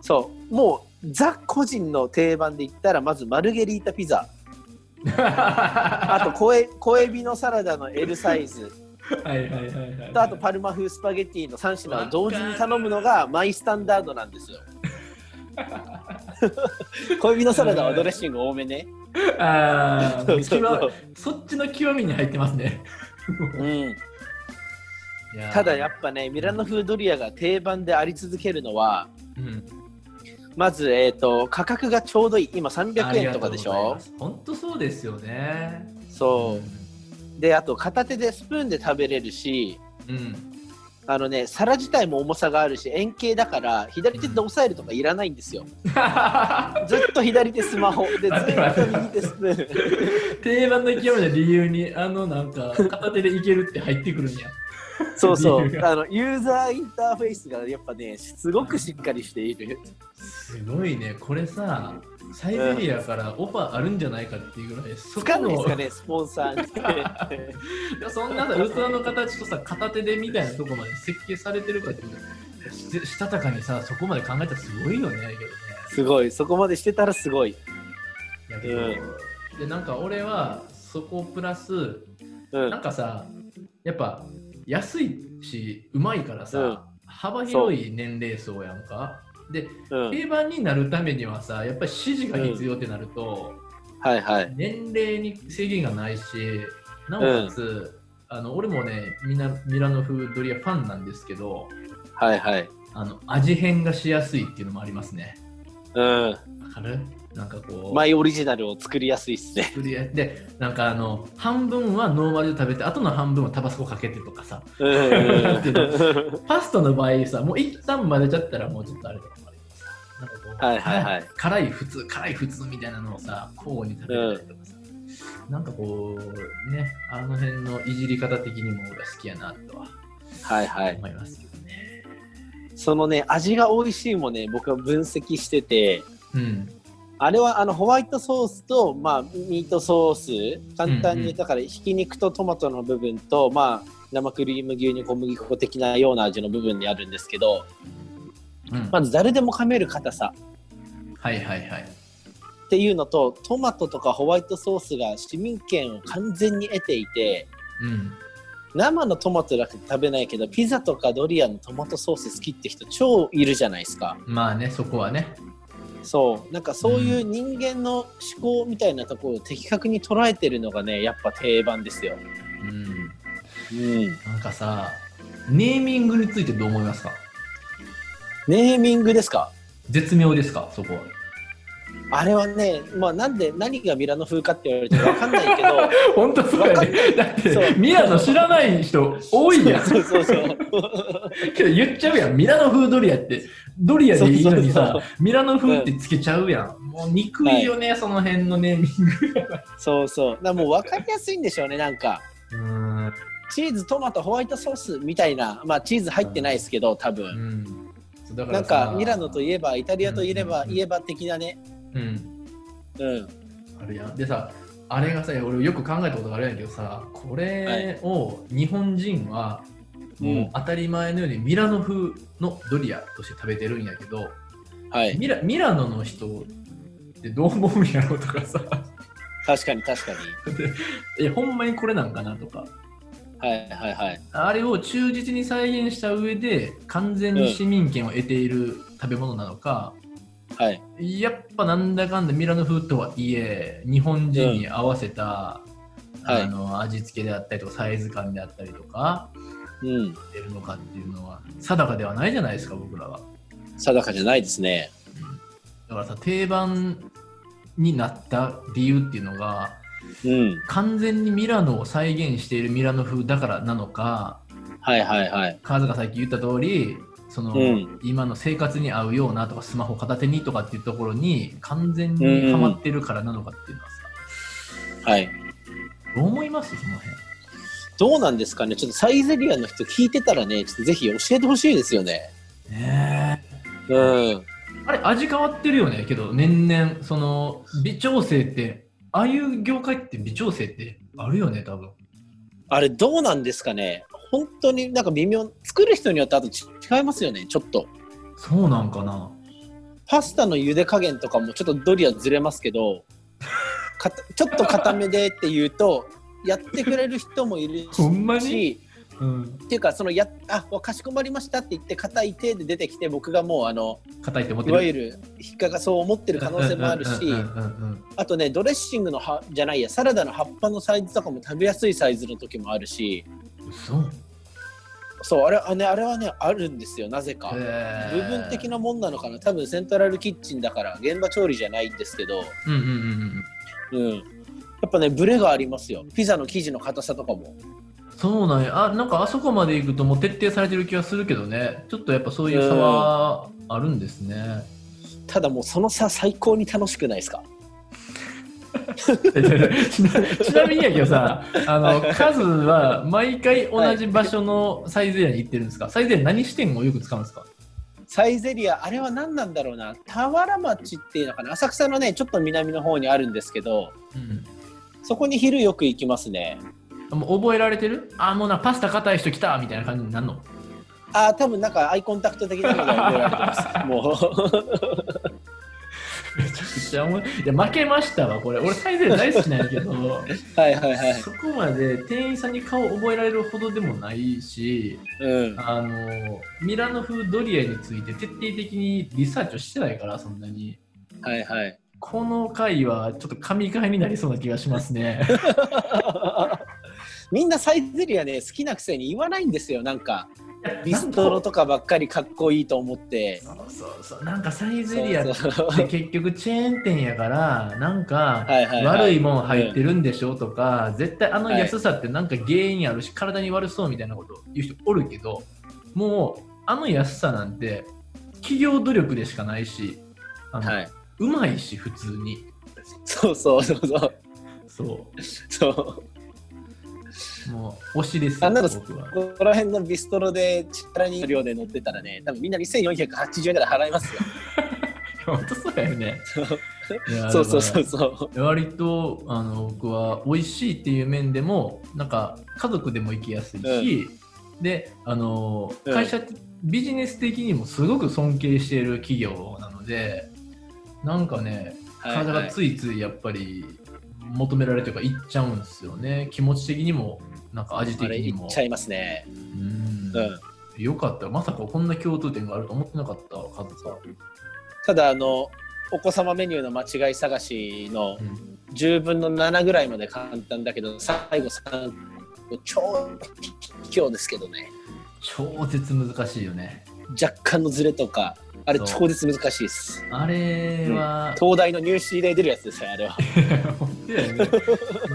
Speaker 3: そう、もうザ個人の定番で言ったら、まずマルゲリータピザ、あと
Speaker 2: あ
Speaker 3: 小え小エビのサラダの L サイズ、
Speaker 2: と、 [laughs] はいはいはいはい。
Speaker 3: とあとパルマ風スパゲッティの3品を同時に頼むのがマイスタンダードなんですよ。 [laughs] 小指のサラダはドレッシング多めね。
Speaker 2: あーもう
Speaker 3: そうそうそう
Speaker 2: 極みそっちの極みに入ってますね。
Speaker 3: うん
Speaker 2: いやー
Speaker 3: ただやっぱねミラノ風ドリアが定番であり続けるのは
Speaker 2: うん
Speaker 3: まず、えー、と価格がちょうどいい今300円とかでしょ
Speaker 2: 本当そうですよね。ん
Speaker 3: そうであと片手でスプーンで食べれるし
Speaker 2: うん。
Speaker 3: あのね皿自体も重さがあるし円形だから左手で押さえるとかいらないんですよ、ずっと左手スマホでずっと右手スプーン
Speaker 2: 定番の勢いの理由に、あのなんか片手でいけるって入ってくるんや。
Speaker 3: そうそ
Speaker 2: 理由
Speaker 3: う。
Speaker 2: が
Speaker 3: あの、ユーザーインターフェースがやっぱね、すごくしっかりしている。
Speaker 2: すごいね、これさ、サイゼリアからオファーあるんじゃないかっていうぐらい、そ
Speaker 3: つ
Speaker 2: こ
Speaker 3: かない
Speaker 2: の
Speaker 3: ですかね、スポンサーに。 [laughs]
Speaker 2: いやそんなさ、器の形とさ、片手でみたいなとこまで設計されてるかっていうとししたたかにさ、そこまで考えたらすごいよね、けどね。
Speaker 3: すごい、そこまでしてたらすごい。
Speaker 2: やけど、でなんか俺はそこプラス
Speaker 3: うん
Speaker 2: なん。かさやっぱ安いしうまいからさ、
Speaker 3: うん
Speaker 2: 幅広い年齢層やんかで
Speaker 3: うん、
Speaker 2: 定番になるためにはさやっぱり支持が必要ってなると、
Speaker 3: はいはい。
Speaker 2: 年齢に制限がないしなおかつ、あの俺もねみなミラノ風ドリアファンなんですけど
Speaker 3: はいはい。
Speaker 2: あの味変がしやすいっていうのもありますね
Speaker 3: う
Speaker 2: わかるなんかこ
Speaker 3: ん。
Speaker 2: う
Speaker 3: マイオリジナルを作りやすいっすね。
Speaker 2: 作りやでなんかあの半分はノーマルで食べてあとの半分はタバスコかけてとかさ
Speaker 3: うん
Speaker 2: [laughs]
Speaker 3: うん
Speaker 2: なんていう
Speaker 3: うん。
Speaker 2: パスタの場合さもう一旦混ぜちゃったらもうちょっとあれとかもありますなんかこう
Speaker 3: はいはいはい
Speaker 2: 辛い普通辛い普通みたいなのをさ交互に食べたりとかさ、なんかこうねあの辺のいじり方的にも俺は好きやなとは
Speaker 3: はいはい。
Speaker 2: 思いますけどね、
Speaker 3: そのね、味が美味しいもね、僕は分析してて、
Speaker 2: うん
Speaker 3: あれはあのホワイトソースと、まあ、ミートソース簡単
Speaker 2: うんう
Speaker 3: に
Speaker 2: ん
Speaker 3: だからひき肉とトマトの部分と、まあ、生クリーム牛乳小麦粉的なような味の部分にあるんですけど
Speaker 2: うん
Speaker 3: まず誰でも噛める硬さ
Speaker 2: はいはいはい。
Speaker 3: っていうのとトマトとかホワイトソースが市民権を完全に得ていて
Speaker 2: うん。
Speaker 3: 生のトマトだけ食べないけどピザとかドリアのトマトソース好きって人超いるじゃないですか
Speaker 2: まあね、そこはね。
Speaker 3: そうなんかそういう人間の思考みたいなところを的確に捉えてるのがねやっぱ定番ですよ、
Speaker 2: うん。
Speaker 3: うん、
Speaker 2: なんかさ、ネーミングについてどう思いますか
Speaker 3: ネーミングですか
Speaker 2: 絶妙ですかそ
Speaker 3: [laughs]
Speaker 2: こは。
Speaker 3: あれはね、まあ、なんで何がミラノ風かって言われて分かんない
Speaker 2: [laughs]
Speaker 3: けど
Speaker 2: 本当そうやね。だっ
Speaker 3: そ
Speaker 2: て、
Speaker 3: う
Speaker 2: ミラノ知らない人多いやん。
Speaker 3: そうそうそう [laughs]
Speaker 2: けど言っちゃうやん。ミラノ風ドリアって、ドリアでいいのにさ
Speaker 3: そうそう、
Speaker 2: ミラノ風ってつけちゃうやん。もう憎いよね、その辺のネーミン
Speaker 3: そうそうだからもう分かりやすいんでしょうねなんか
Speaker 2: グ。うん。
Speaker 3: チーズトマトホワイトソースみたいなまあチーズ入ってないですけど多分
Speaker 2: うん。そうだか
Speaker 3: な
Speaker 2: ら
Speaker 3: ん
Speaker 2: さ
Speaker 3: かミラノといえばイタリアといえば
Speaker 2: うん
Speaker 3: 言えば的なね
Speaker 2: うん。
Speaker 3: うん
Speaker 2: あるやんでさあれがさ俺よく考えたことがあるんやけどさこれを日本人は
Speaker 3: う
Speaker 2: もうん当たり前のようにミラノ風のドリアとして食べてるんやけど
Speaker 3: はい
Speaker 2: ミラミラノの人ってどう思うんやろうとかさ [laughs]
Speaker 3: 確かに確かに
Speaker 2: えほんまにこれなんかなとか
Speaker 3: はいはいはい
Speaker 2: あれを忠実に再現した上で完全に市民権を得ている食べ物なのか、
Speaker 3: はい
Speaker 2: やっぱなんだかんだミラノ風とはいえ日本人に合わせた、
Speaker 3: うんはい
Speaker 2: あの味付けであったりとかサイズ感であったりとか
Speaker 3: うん
Speaker 2: 出るのかっていうのは定かではないじゃないですか僕らは。
Speaker 3: 定かじゃないですね
Speaker 2: だからさ定番になった理由っていうのが
Speaker 3: うん
Speaker 2: 完全にミラノを再現しているミラノ風だからなのか
Speaker 3: はいはいはい
Speaker 2: カズがさっき言った通りその、
Speaker 3: うん
Speaker 2: 今の生活に合うようなとかスマホ片手にとかっていうところに完全にハマってるからなのかっていうのはさ、
Speaker 3: はい
Speaker 2: どう思いますその辺。
Speaker 3: どうなんですかねちょっとサイゼリアの人聞いてたらねちょっとぜひ教えてほしいですよね
Speaker 2: ねえ
Speaker 3: うん
Speaker 2: あれ味変わってるよねけど年々その微調整ってああいう業界って微調整ってあるよね多分
Speaker 3: あれどうなんですかね本当になんか微妙作る人によってあとち違いますよねちょっと
Speaker 2: そうなんかな
Speaker 3: パスタの茹で加減とかもちょっとドリアずれますけどかたちょっと固めでって言うとやってくれる人もいるし
Speaker 2: ほんまに
Speaker 3: し
Speaker 2: うん
Speaker 3: っていうかそのやあわかしこまりましたって言って硬い手で出てきて僕がもうあの
Speaker 2: 硬いって思っ
Speaker 3: い
Speaker 2: てる
Speaker 3: わゆる引っかかそう思ってる可能性もある
Speaker 2: うん
Speaker 3: し
Speaker 2: うんうんうん
Speaker 3: あとねドレッシングの葉じゃないやサラダの葉っぱのサイズとかも食べやすいサイズの時もあるし
Speaker 2: うんそう
Speaker 3: そうあれあ,、ね、あれはねあるんですよなぜか。
Speaker 2: へ
Speaker 3: 部
Speaker 2: え
Speaker 3: 分的なもんなのかな多分セントラルキッチンだから現場調理じゃないんですけど、
Speaker 2: うんうんうんうん
Speaker 3: うん、やっぱねブレがありますよピザの生地の硬さとかも
Speaker 2: そうなんやあなんかあそこまで行くともう徹底されてる気がするけどねちょっとやっぱそういう差はあるんですね、 [laughs]
Speaker 3: ただもうその差最高に楽しくないですか
Speaker 2: ちなちなみにやけどさ、あの、カズは毎回同じ場所のサイゼリアに行ってるんですか、サイゼリア何支店をよく使うんですか
Speaker 3: サイゼリアあれは何なんだろうな田原町っていうのかな浅草のねちょっと南の方にあるんですけど
Speaker 2: うん。
Speaker 3: そこに昼よく行きますね
Speaker 2: もう覚えられてるあ、もうな、パスタ硬い人来たみたいな感じになるの
Speaker 3: ああ多分なんかアイコンタクト的なのが覚えられて
Speaker 2: [laughs]
Speaker 3: ますもう
Speaker 2: めちゃくちゃ面白い。いや、負けましたわ、これ。俺、サイゼリア大好きなんやけど、
Speaker 3: はいはいはい
Speaker 2: そこまで店員さんに顔覚えられるほどでもないし、
Speaker 3: うん
Speaker 2: あの、ミラノ風ドリアについて徹底的にリサーチをしてないから、そんなに。
Speaker 3: はいはい
Speaker 2: この回はちょっと神回になりそうな気がしますね。
Speaker 3: みんなサイゼリアね好きなくせに言わないんですよなんかビストロとかばっかりかっこいいと思って。
Speaker 2: そうそうそうなんかサイゼリアっ
Speaker 3: そうそう
Speaker 2: て結局チェーン店やからなんか
Speaker 3: はいはいはい
Speaker 2: 悪いもん入ってるんでしょとか絶対あの安さってなんか原因あるし体に悪そうみたいなこと言う人おるけどもうあの安さなんて企業努力でしかないしあの、
Speaker 3: はい。
Speaker 2: うまいし普通に
Speaker 3: そうそうそうそう。
Speaker 2: そ
Speaker 3: そう
Speaker 2: もう推しですよ
Speaker 3: あんなの
Speaker 2: 僕は [laughs]
Speaker 3: う。ここら辺のビストロで力に量で乗ってたらね、多分みんな2480円ぐらい払いますよ。
Speaker 2: 本当そうだよね。いや
Speaker 3: そうそう
Speaker 2: だ
Speaker 3: そ
Speaker 2: か
Speaker 3: うそう。
Speaker 2: ら割とあの僕は美味しいっていう面でもなんか家族でも行きやすいし、であの
Speaker 3: うん
Speaker 2: 会社、ビジネス的にもすごく尊敬している企業なのでなんかね
Speaker 3: はい
Speaker 2: 体
Speaker 3: は
Speaker 2: が
Speaker 3: い、
Speaker 2: ついついやっぱり求められるというか行っちゃうんですよね気持ち的にもなんか味
Speaker 3: あ
Speaker 2: 的
Speaker 3: れ
Speaker 2: に
Speaker 3: 行
Speaker 2: も
Speaker 3: っちゃいますね。
Speaker 2: うん
Speaker 3: うん。
Speaker 2: よかったよまさかこんな共通点があると思ってなかったカズさん
Speaker 3: ただあのお子様メニューの間違い探しの
Speaker 2: うん
Speaker 3: 10分の7ぐらいまで簡単だけど最後3超卑怯ですけどね
Speaker 2: 超絶難しいよね
Speaker 3: 若干のズレとかあれ
Speaker 2: そう
Speaker 3: 超絶難しいです
Speaker 2: あれは、
Speaker 3: 東大の入試で出るやつですよあれは
Speaker 2: 本当だよね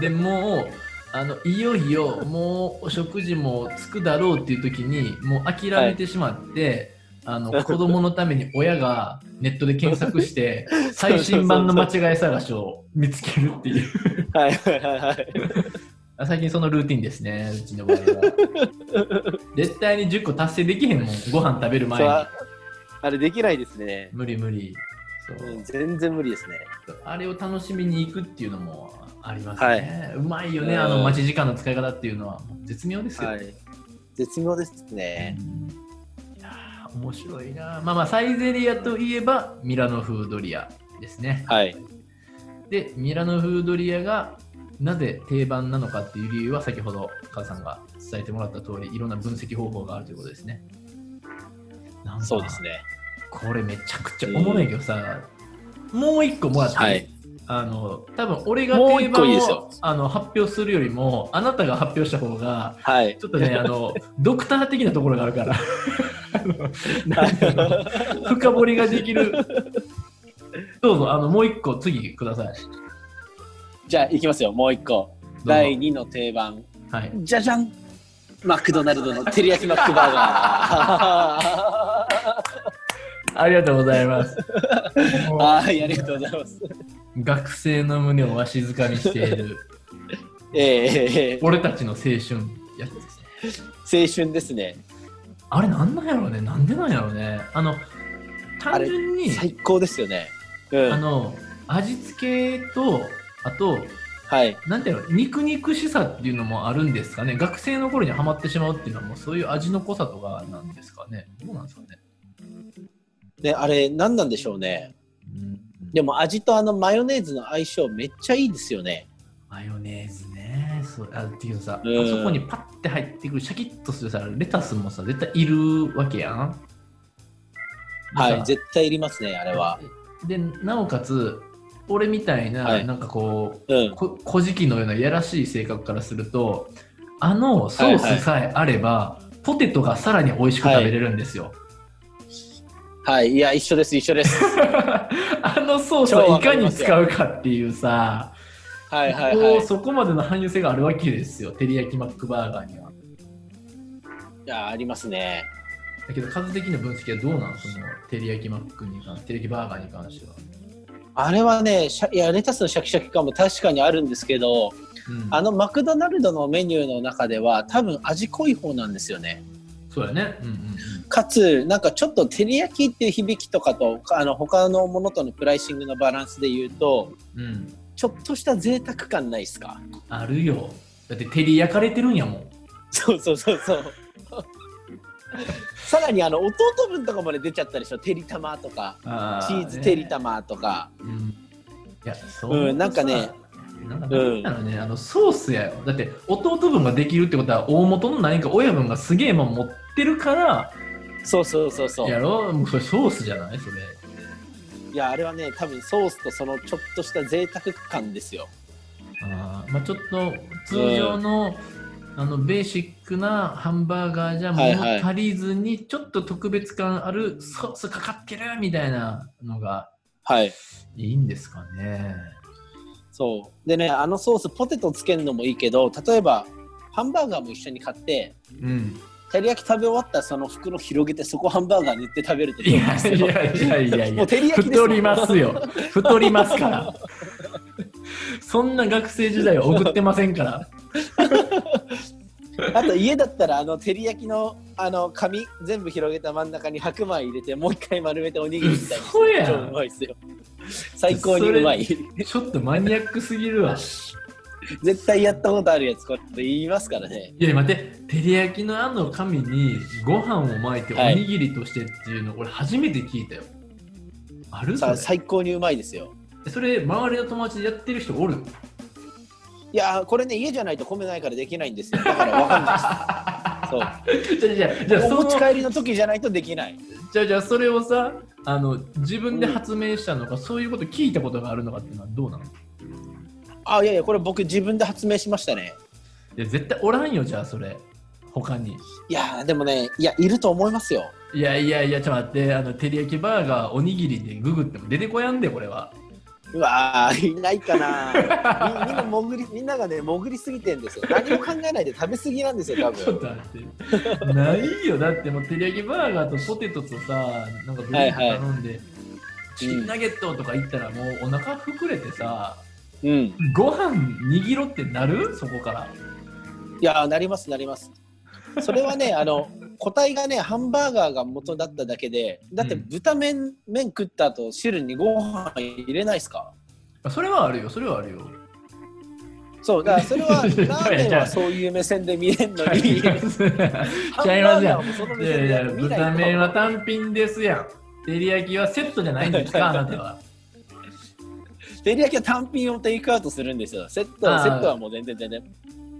Speaker 2: [laughs] でもうあのいよいよもうお食事もつくだろうっていう時にもう諦めてしまって、あの子供のために親がネットで検索
Speaker 3: [laughs]
Speaker 2: して最新版の間違い探しを見つけるっていう
Speaker 3: はいはいはいはい
Speaker 2: あ最近そのルーティンですねうちの場合
Speaker 3: [laughs]
Speaker 2: は絶対に10個達成できへんもんご飯食べる前
Speaker 3: そう
Speaker 2: に
Speaker 3: ああれできないですね、
Speaker 2: 無理無理そう、
Speaker 3: うん、全然無理ですね
Speaker 2: あれを楽しみに行くっていうのもありますね、
Speaker 3: は
Speaker 2: うまいよね
Speaker 3: うん
Speaker 2: あの待ち時間の使い方っていうのはもう絶妙ですよ、
Speaker 3: はい絶妙ですね
Speaker 2: いやー面白いなまあまあサイゼリアといえばミラノ風ドリアですね、
Speaker 3: はい
Speaker 2: でミラノ風ドリアがなぜ定番なのかっていう理由は先ほど母さんが伝えてもらった通りいろんな分析方法があるということですねなんか
Speaker 3: そうですね
Speaker 2: これめちゃくちゃおもろいけどさ、もう一個もらっていい
Speaker 3: はい
Speaker 2: あの多分俺が
Speaker 3: もう
Speaker 2: 定
Speaker 3: 一個
Speaker 2: 番
Speaker 3: いいです
Speaker 2: を
Speaker 3: よ
Speaker 2: あの発表するよりもあなたが発表した方が
Speaker 3: はい
Speaker 2: ちょっとねあ
Speaker 3: [laughs]
Speaker 2: のドクター的なところがあるからあのなんていうの [laughs] 深掘りができるどうぞあのもう一個次ください
Speaker 3: [laughs] じゃあいきますよもう一個
Speaker 2: どうぞ
Speaker 3: 第2の定番
Speaker 2: はい
Speaker 3: じゃじゃんマクドナルドの照り焼きマックバーガ
Speaker 2: ありがとうございます
Speaker 3: [laughs] ー
Speaker 2: も
Speaker 3: はいありがとうございます
Speaker 2: う学生の胸をわしづかみしている
Speaker 3: ええええ
Speaker 2: 俺たちの青春やつですね
Speaker 3: 青春ですね
Speaker 2: あれなんなんやろうねなんでなんやろうねあの単純に
Speaker 3: 最高ですよねうん
Speaker 2: あの味付けとあと
Speaker 3: はい
Speaker 2: なんていうの肉肉しさっていうのもあるんですかね学生の頃にはまってしまうっていうのはもうそういう味の濃さとかなんですかねどうなんですかね、
Speaker 3: ねあれ何なんでしょうねでも味とあのマヨネーズの相性めっちゃいいですよね
Speaker 2: マヨネーズねそうあっていうかさ、
Speaker 3: うん
Speaker 2: あそこにパッて入ってくるシャキッとするさレタスもさ絶対いるわけやん
Speaker 3: はい
Speaker 2: さ
Speaker 3: 絶対いりますねあれは
Speaker 2: でなおかつ俺みたいな、
Speaker 3: はい
Speaker 2: なんかこう
Speaker 3: うん
Speaker 2: こ小じきのようないやらしい性格からするとあのソースさえあれば、ポテトがさらに美味しく食べれるんですよ、 [laughs]
Speaker 3: はいいや一緒です一緒です
Speaker 2: あのソースをいかに使うかっていうさ
Speaker 3: はいはい
Speaker 2: も
Speaker 3: は
Speaker 2: う
Speaker 3: いい
Speaker 2: そこまでの汎用性があるわけですよ照り焼きマックバーガーには
Speaker 3: やありますね
Speaker 2: だけど数的な分析はどうなんその照り焼きマックに関して照り焼きバーガーに関しては、
Speaker 3: あれはねシャいやレタスのシャキシャキ感も確かにあるんですけど
Speaker 2: うん、
Speaker 3: あのマクドナルドのメニューの中では多分味濃い方なんですよね
Speaker 2: そうやねうんうん
Speaker 3: かつなんかちょっと照り焼きっていう響きとかとあの他のものとのプライシングのバランスで言うと
Speaker 2: うんうん
Speaker 3: ちょっとした贅沢感ないですか
Speaker 2: あるよだって照り焼かれてるんやもん
Speaker 3: そうそうそうそう [laughs] さらにあの弟分とかまで出ちゃったでしょてりたまとかチーズてりたまとか、
Speaker 2: うんいや、そう、
Speaker 3: うんなんかね、
Speaker 2: なんかなんだろうね、あのソースやよ。だって、弟分ができるってことは、大元の何か親分がすげえもん持ってるから、
Speaker 3: そうそうそうそう
Speaker 2: やろもうそれソースじゃないそれ。
Speaker 3: いやあれはね多分ソースとそのちょっとした贅沢感ですよ
Speaker 2: あーまあちょっと、通常の、あのベーシックなハンバーガーじゃ
Speaker 3: はい
Speaker 2: 物
Speaker 3: はい
Speaker 2: 足りずにちょっと特別感あるソースかかってるみたいなのが
Speaker 3: はい
Speaker 2: いいんですかね。
Speaker 3: そうでねあのソースポテトつけるのもいいけど例えばハンバーガーも一緒に買って
Speaker 2: うん。
Speaker 3: 照り焼き食べ終わったらその袋広げてそこハンバーガー塗って食べると
Speaker 2: い
Speaker 3: い
Speaker 2: やいやいやいやい
Speaker 3: も
Speaker 2: や
Speaker 3: う照り焼きです
Speaker 2: 太りますよ太りますから [laughs] そんな学生時代は送ってませんから
Speaker 3: あと家だったらあの照り焼きのあの紙全部広げた真ん中に白米入れてもう一回丸めておにぎりみたいに
Speaker 2: 嘘やん
Speaker 3: 超うまいっすよ最高にうまい
Speaker 2: ちょっとマニアックすぎるわ。
Speaker 3: 絶対やったことあるやつこれ言いますからね
Speaker 2: いや、待って、照り焼きのあんの紙にご飯を巻いて
Speaker 3: は
Speaker 2: お
Speaker 3: い
Speaker 2: にぎりとしてっていうの、俺初めて聞いたよ。あるそ
Speaker 3: さ
Speaker 2: れ
Speaker 3: あ最高にうまいですよ
Speaker 2: それ、周りの友達でやってる人 [laughs] おる
Speaker 3: いやーこれね家じゃないと米ないからできないんですよだからわかんない
Speaker 2: [laughs]
Speaker 3: そう
Speaker 2: じゃあじゃあじゃあそ
Speaker 3: お
Speaker 2: の
Speaker 3: 持ち帰りの時じゃないとできない
Speaker 2: じゃあじゃあそれをさあの自分で発明したのか、そういうこと聞いたことがあるのかっていうのはどうなのい
Speaker 3: あいやいやこれ僕自分で発明しましたね
Speaker 2: や絶対おらんよじゃあそれ他に
Speaker 3: いやーでもねいやいると思いますよ
Speaker 2: いやいやいやちょっと待ってあの照り焼きバーガーおにぎりでググっても出てこやんでこれは
Speaker 3: うわーいない
Speaker 2: [laughs]
Speaker 3: かなみみんな潜りみんながね潜りすぎてんですよ何も考えないで食べ過ぎなんですよ多
Speaker 2: ちょっ
Speaker 3: 分
Speaker 2: と待ってないよだってもう照り焼きバーガーとポテトとさなんかドリンク頼んで、チキンナゲットとか言ったらもうお腹膨れてさ
Speaker 3: うん
Speaker 2: ご飯握ろってなるそこから
Speaker 3: いやーなりますなりますそれはねあの個体がねハンバーガーが元だっただけでだって
Speaker 2: うん
Speaker 3: 豚麺、麺食った後汁にご飯入れないですか
Speaker 2: あそれはあるよそれはあるよ
Speaker 3: そうだからそれはラ
Speaker 2: [laughs] いやいや
Speaker 3: ーメンはそういう目線で見れんの
Speaker 2: 違 [laughs]
Speaker 3: に
Speaker 2: いますやん。
Speaker 3: ハン
Speaker 2: 違い
Speaker 3: バ
Speaker 2: ま
Speaker 3: ー
Speaker 2: すや
Speaker 3: ガー
Speaker 2: ん。
Speaker 3: もその
Speaker 2: い
Speaker 3: 目
Speaker 2: や
Speaker 3: 線
Speaker 2: い
Speaker 3: で
Speaker 2: や、
Speaker 3: は見ないと
Speaker 2: 豚麺は単品ですやん。照り焼きはセットじゃないんですか、あなたは。
Speaker 3: 照り焼きは単品をテイクアウトするんですよ。セット
Speaker 2: あー
Speaker 3: はセットはもう全然全然。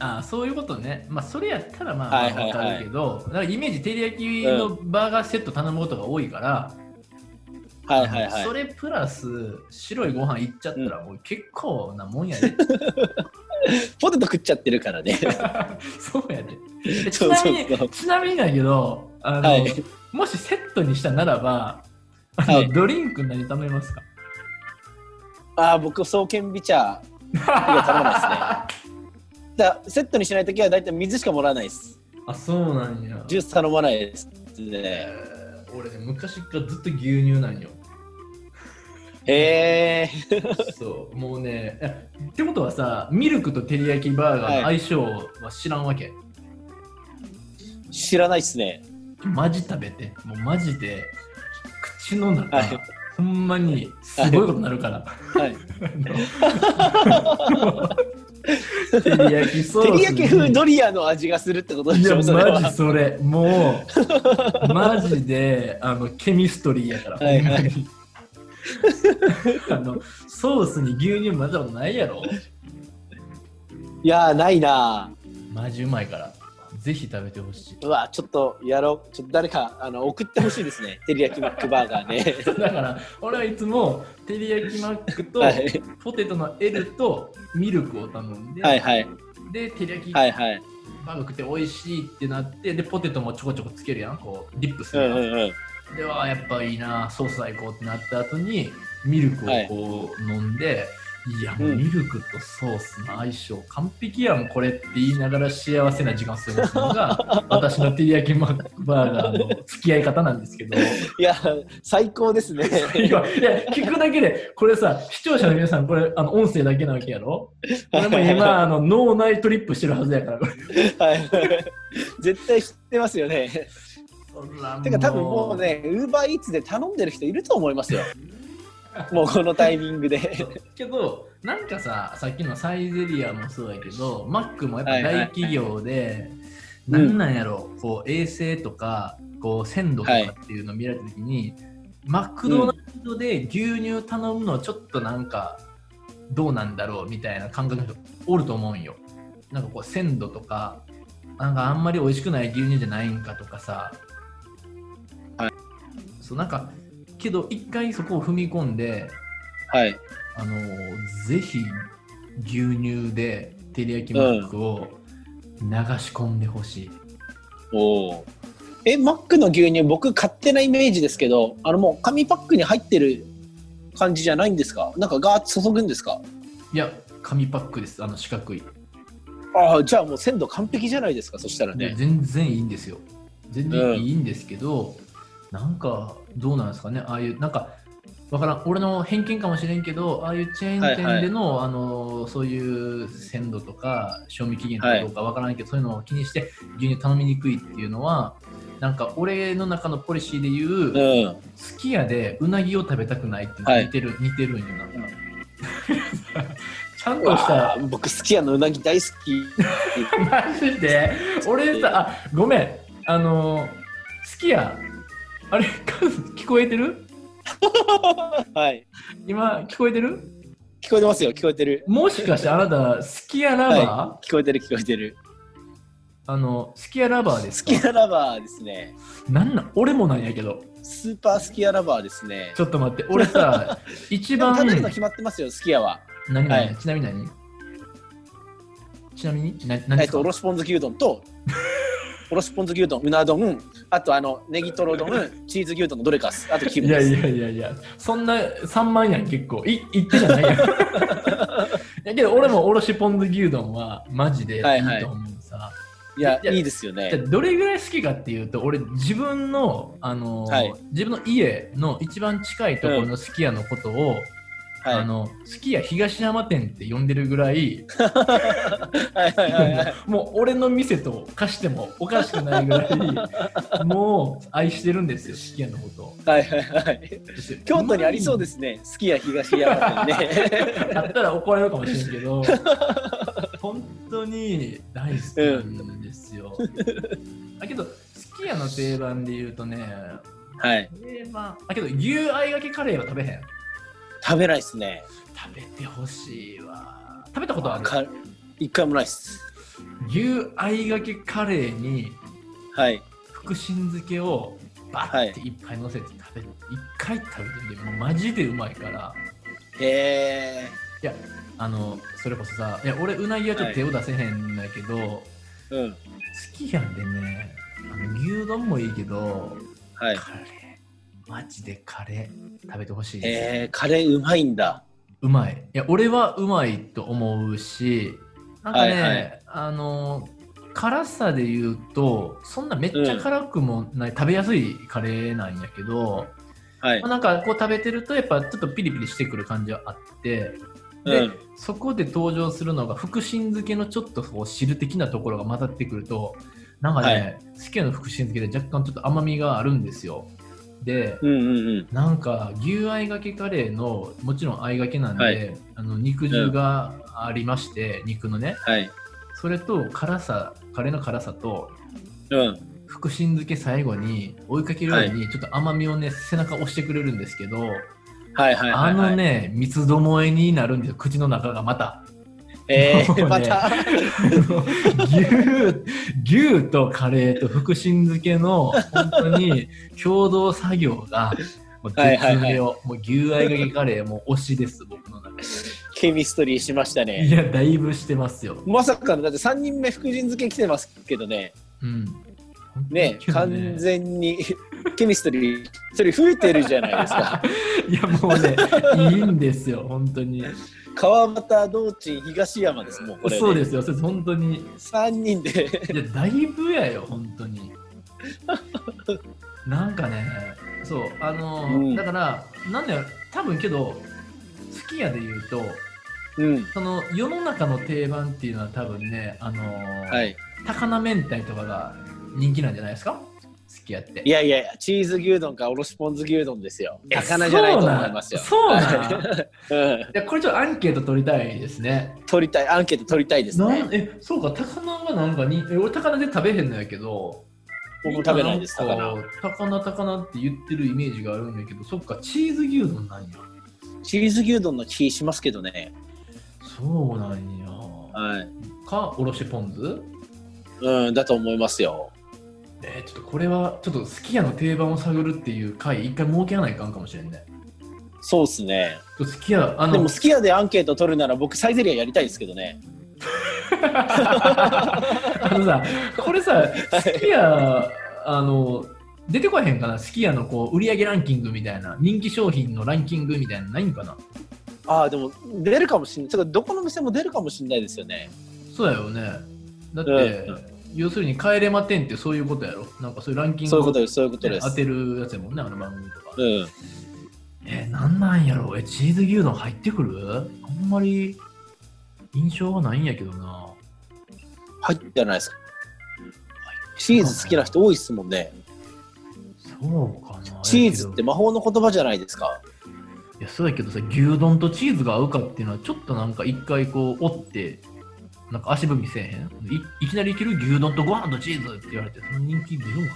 Speaker 2: ああ、そういうことね。まあ、それやったらまあ、
Speaker 3: はいはい
Speaker 2: わ
Speaker 3: はい
Speaker 2: かるけど、なんかイメージ、照り焼きのバーガーセット頼むことが多いから、
Speaker 3: はいはいはい
Speaker 2: そ。れプラス、白いご飯いっちゃったら、もう結構なもんやで。 [laughs]
Speaker 3: ポテト食っちゃってるからね。 [laughs]
Speaker 2: そうやで。えち
Speaker 3: そう
Speaker 2: なみ
Speaker 3: そう
Speaker 2: に、
Speaker 3: そう。
Speaker 2: ちなみにだけど、あの、
Speaker 3: はい
Speaker 2: もしセットにしたならば、あの
Speaker 3: はい
Speaker 2: ドリンク何頼みますか
Speaker 3: ああ、僕、双剣ビチャー。いや、頼まないですね。だセットにしないときは大体水しかもらわないです。
Speaker 2: [laughs] あ、そうなんや。
Speaker 3: ジュース頼まないです。ね、
Speaker 2: えー俺ね、昔からずっと牛乳なんよ。
Speaker 3: へえ。
Speaker 2: そう、もうね。えってことはさ、ミルクと照り焼きバーガーの相性は知らんわけ。
Speaker 3: 知らないっすね。
Speaker 2: マジ食べて、もうマジで、口の中、
Speaker 3: はい
Speaker 2: ほんまにすごいことになる
Speaker 3: [laughs]
Speaker 2: から。
Speaker 3: はい。
Speaker 2: 照り焼きソース
Speaker 3: 照
Speaker 2: に。
Speaker 3: り焼き風ドリアの味がするってことで
Speaker 2: い
Speaker 3: し
Speaker 2: や、
Speaker 3: ょ、それ
Speaker 2: マジ
Speaker 3: は。
Speaker 2: それ、もう、マジで、あの、ケミストリーやから、
Speaker 3: はいは
Speaker 2: ほ
Speaker 3: い
Speaker 2: んまにあの、ソースに牛乳混ぜたことないやろ。
Speaker 3: いやー、ないな
Speaker 2: マジうまいから、ぜひ食べてほしい。
Speaker 3: ー。うわ、ちょっとやろう。ちょっと誰かあの送ってほしいですね。照り焼きマックバーガーね。
Speaker 2: [laughs] だから、俺はいつも、照り焼きマックと、
Speaker 3: はい
Speaker 2: ポテトの L と、ミルクを頼んで、
Speaker 3: はいはい。
Speaker 2: で、照り焼き
Speaker 3: は
Speaker 2: バ
Speaker 3: いはい。
Speaker 2: ーグって美味しいってなって、で、ポテトもちょこちょこつけるやん、こう、ディップす
Speaker 3: うん
Speaker 2: るやん。
Speaker 3: うんうん。
Speaker 2: ではやっぱいいなソース最高ってなった後にミルクをこう飲んで、い、やもううんミルクとソースの相性完璧やんこれって言いながら幸せな時間を過ごすのが私の照り焼きマックバーガーの付き合い方なんですけど
Speaker 3: いや、最高です [laughs] ね。
Speaker 2: [laughs] 今いや聞くだけでこれさ視聴者の皆さんこれあの音声だけなわけやろ俺も今あの脳内トリップしてるはずやからこれ
Speaker 3: はい、絶対知ってますよね。てか多分もうね、ウーバーイーツで頼んでる人いると思いますよ。もうこのタイミングで。
Speaker 2: けどなんかささっきのサイゼリアもそうだけどマックもやっぱ大企業で、なんなんやろこう衛生とかこう鮮度とかっていうのを見られた時に、マクドナルドで牛乳頼むのちょっとなんかどうなんだろうみたいな感覚の人おると思うんよなんかこう鮮度とかなんかあんまり美味しくない牛乳じゃないんかとかさそうなんかけど一回そこを踏み込んで
Speaker 3: はい。
Speaker 2: あのぜひ牛乳で照り焼きマックを流し込んでほしい、
Speaker 3: おお。え、マックの牛乳、僕勝手なイメージですけど、あのもう紙パックに入ってる感じじゃないんですかなんかガーッと注ぐんですか
Speaker 2: いや紙パックですあの四角い、
Speaker 3: ああ、じゃあもう鮮度完璧じゃないですか、そしたら
Speaker 2: で
Speaker 3: ね。
Speaker 2: 全然いいんですよ全然いいんですけど、なんかどうなんですかねああいうなんかわからん俺の偏見かもしれんけどああいうチェーン
Speaker 3: はいは
Speaker 2: 店
Speaker 3: い
Speaker 2: での,、あのそういう鮮度とか賞味期限とかどうかわからんけど、そういうのを気にして牛乳頼みにくいっていうのはなんか俺の中のポリシーで言う、
Speaker 3: う
Speaker 2: 好
Speaker 3: ん。
Speaker 2: き家でうなぎを食べたくないって
Speaker 3: はい
Speaker 2: 似てる、似てるんよなんか [laughs]
Speaker 3: うん
Speaker 2: ちゃんとした
Speaker 3: うわー僕好きやのうなぎ大好 [laughs] き。
Speaker 2: マジで俺さあごめんあのー、好きやあれ [laughs] カズ聞こえてる
Speaker 3: はい。
Speaker 2: 今聞こえてる
Speaker 3: 聞こえてますよ。聞こえてる。
Speaker 2: もしかしてあなた好きやラバー、
Speaker 3: 聞こえてる聞こえてる。
Speaker 2: あの好きやラバーです
Speaker 3: ス
Speaker 2: か
Speaker 3: キアラバーですね。
Speaker 2: なんなん俺もなんやけど
Speaker 3: スーパースキアラバーですね。
Speaker 2: ちょっと待って俺さ一
Speaker 3: [laughs] でも
Speaker 2: 番
Speaker 3: 食べるの決まってますよ。スキアは。
Speaker 2: 何何、
Speaker 3: はい
Speaker 2: ちなみに何ちなみにな何で
Speaker 3: えっ
Speaker 2: すか
Speaker 3: とおろしポン酢牛丼
Speaker 2: [laughs]
Speaker 3: とおろしポン酢牛丼、うな丼、あとあのネギトロ丼、チーズ牛丼のどれかっす。あとキュー
Speaker 2: い
Speaker 3: ブ
Speaker 2: や
Speaker 3: です。
Speaker 2: いやいやいやそんな3万やん結構い言ってじゃ
Speaker 3: [laughs]
Speaker 2: ないやんいやけど俺もおろしポン酢牛丼はマジでいい
Speaker 3: はいはい
Speaker 2: と思うさ、
Speaker 3: いや
Speaker 2: いや
Speaker 3: いいですよね
Speaker 2: じゃ。あどれぐらい好きかっていうと俺自分の、あのー
Speaker 3: はい
Speaker 2: 自分の家の一番近いところのすき家のことを、あ
Speaker 3: は
Speaker 2: のすき家東山店って呼んでるぐらい
Speaker 3: いはいはいはいはい。
Speaker 2: [laughs] もう俺の店と貸してもおかしくないぐらいもう愛してるんですよすき家のことを
Speaker 3: はいはいはい。京都にありそうですね。スキア東山店
Speaker 2: [laughs]
Speaker 3: ね。
Speaker 2: あったら怒られるかもしれんけ [laughs] ど本当に大好きなんですよ、だけどすき家の定番で言うとね
Speaker 3: はい。
Speaker 2: 定番あけど牛あいがけカレーは食べへん
Speaker 3: 食べないですね。
Speaker 2: 食べてほしいわ食べたことある
Speaker 3: か一回もないっす。
Speaker 2: 牛あいがけカレーに
Speaker 3: はい。
Speaker 2: 福神漬けをバッていっぱいのせて食べる、一回食べてみてもうマジでうまいから
Speaker 3: へ
Speaker 2: あのそれこそさいや俺うなぎはちょっと手を出せへんんだけど、
Speaker 3: え。うん。
Speaker 2: 好きやんでねあの牛丼もいいけど、
Speaker 3: はい。
Speaker 2: カレーマジでカレー食べてほしいです、
Speaker 3: へえ。カレーうまいんだ。
Speaker 2: うまいいや俺はうまいと思うしなんかね、
Speaker 3: はいはい
Speaker 2: あの辛さで言うとそんなめっちゃ辛くもない、食べやすいカレーなんやけど、
Speaker 3: はい
Speaker 2: まあ。なんかこう食べてるとやっぱちょっとピリピリしてくる感じはあってで、
Speaker 3: うん。
Speaker 2: そこで登場するのが福神漬けのちょっとこう汁的なところが混ざってくるとなんか
Speaker 3: は
Speaker 2: ね、好きな福神漬けで若干ちょっと甘みがあるんですよで、
Speaker 3: うんうんうん。
Speaker 2: なんか牛あいがけカレーのもちろんあいがけなんで、
Speaker 3: はい
Speaker 2: あの肉汁がありまして、肉のね
Speaker 3: はい。
Speaker 2: それと辛さカレーの辛さと
Speaker 3: うん。
Speaker 2: 福神漬け最後に追いかけるようにちょっと甘みをね背中押してくれるんですけど、
Speaker 3: はいはいは
Speaker 2: あ
Speaker 3: い、はい。
Speaker 2: の。ね三つどもえになるんですよ口の中がまた
Speaker 3: え
Speaker 2: もうね
Speaker 3: ー、また。
Speaker 2: 牛牛とカレーと福神漬けの本当に共同作業がもう絶
Speaker 3: はいはいは
Speaker 2: 妙もう牛あいがけカレーもう推しです僕の中で。
Speaker 3: ケミストリーしました
Speaker 2: い
Speaker 3: ね。
Speaker 2: や、だいぶしてますよ。
Speaker 3: まさかの、だって3人目福神漬け来てますけどね。
Speaker 2: うん。
Speaker 3: ね
Speaker 2: けど
Speaker 3: 完全に [laughs] ケミストリー、それ増えてるじゃないで
Speaker 2: [laughs]
Speaker 3: すか。
Speaker 2: いや、もうね、いいんですよ、本当に。
Speaker 3: 川端道珍東山です、もうこれ、ね。
Speaker 2: そうですよ、それ本当に。い
Speaker 3: 3人で。
Speaker 2: や、だいぶやよ、本当に。なんかね、そう、あのー、
Speaker 3: うん
Speaker 2: だから、なんだよ、多分けど、好きやで言うと、
Speaker 3: うん。
Speaker 2: その世の中の定番っていうのは多分ね、あのー
Speaker 3: [laughs] はい。
Speaker 2: 高菜明太とかが人気なんじゃないですか好きやって。
Speaker 3: いやいやいや、チーズ牛丼かおろしポン酢牛丼ですよ。魚じゃないと思いますよ。
Speaker 2: そうなんそうなん
Speaker 3: うん。
Speaker 2: いやこれちょっとアンケート取りたいですね。
Speaker 3: 取りたい、アンケート取りたいです
Speaker 2: な
Speaker 3: ね
Speaker 2: ん。えそうか、高菜はなんかに、え俺、高菜で食べへんのやけど、
Speaker 3: 僕も食べないです、
Speaker 2: んか
Speaker 3: 魚。
Speaker 2: 高菜、高菜って言ってるイメージがあるんやけど、そっか、チーズ牛丼なんや。
Speaker 3: チーズ牛丼の気しますけどね。
Speaker 2: そうなんや。
Speaker 3: はい。
Speaker 2: か、おろしポン酢
Speaker 3: うん、だと思いますよ。
Speaker 2: えーちょっとこれは、ちょっとすき家の定番を探るっていう回、一回設けやないかんかもしれんね。
Speaker 3: そうですね。
Speaker 2: ちょっとすき家、あ
Speaker 3: で
Speaker 2: の
Speaker 3: も、、すき家でアンケート取るなら、僕、サイゼリアやりたいですけどね。
Speaker 2: あのさ、これさ、すき家、あの、出てこへんかな、すき家のこう売り上げランキングみたいな、人気商品のランキングみたいなのないんかな。
Speaker 3: ああ、でも、出るかもしれない。ちょっと、どこの店も出るかもしれないですよね。
Speaker 2: そうだよね。だって、
Speaker 3: う
Speaker 2: 要するに帰れま10ってそういうことやろ。なんかそういうランキン
Speaker 3: そう
Speaker 2: グ
Speaker 3: いうこ
Speaker 2: を
Speaker 3: とです、そういうことです。
Speaker 2: 当てるやつやもんね、あの番組とか。
Speaker 3: うん。
Speaker 2: えー、なんなんやろえ、チーズ牛丼入ってくるあんまり印象はないんやけどな。
Speaker 3: 入ってないですか。チーズ好きな人多いですもんね。
Speaker 2: そうかな。
Speaker 3: チーズって魔法の言葉じゃないですか。
Speaker 2: いや、そうやけどさ、牛丼とチーズが合うかっていうのは、ちょっとなんか一回こう、折って、なんか足踏みせえへんいいきなりいける牛丼とご飯とチーズって言われて、その人気出るんかね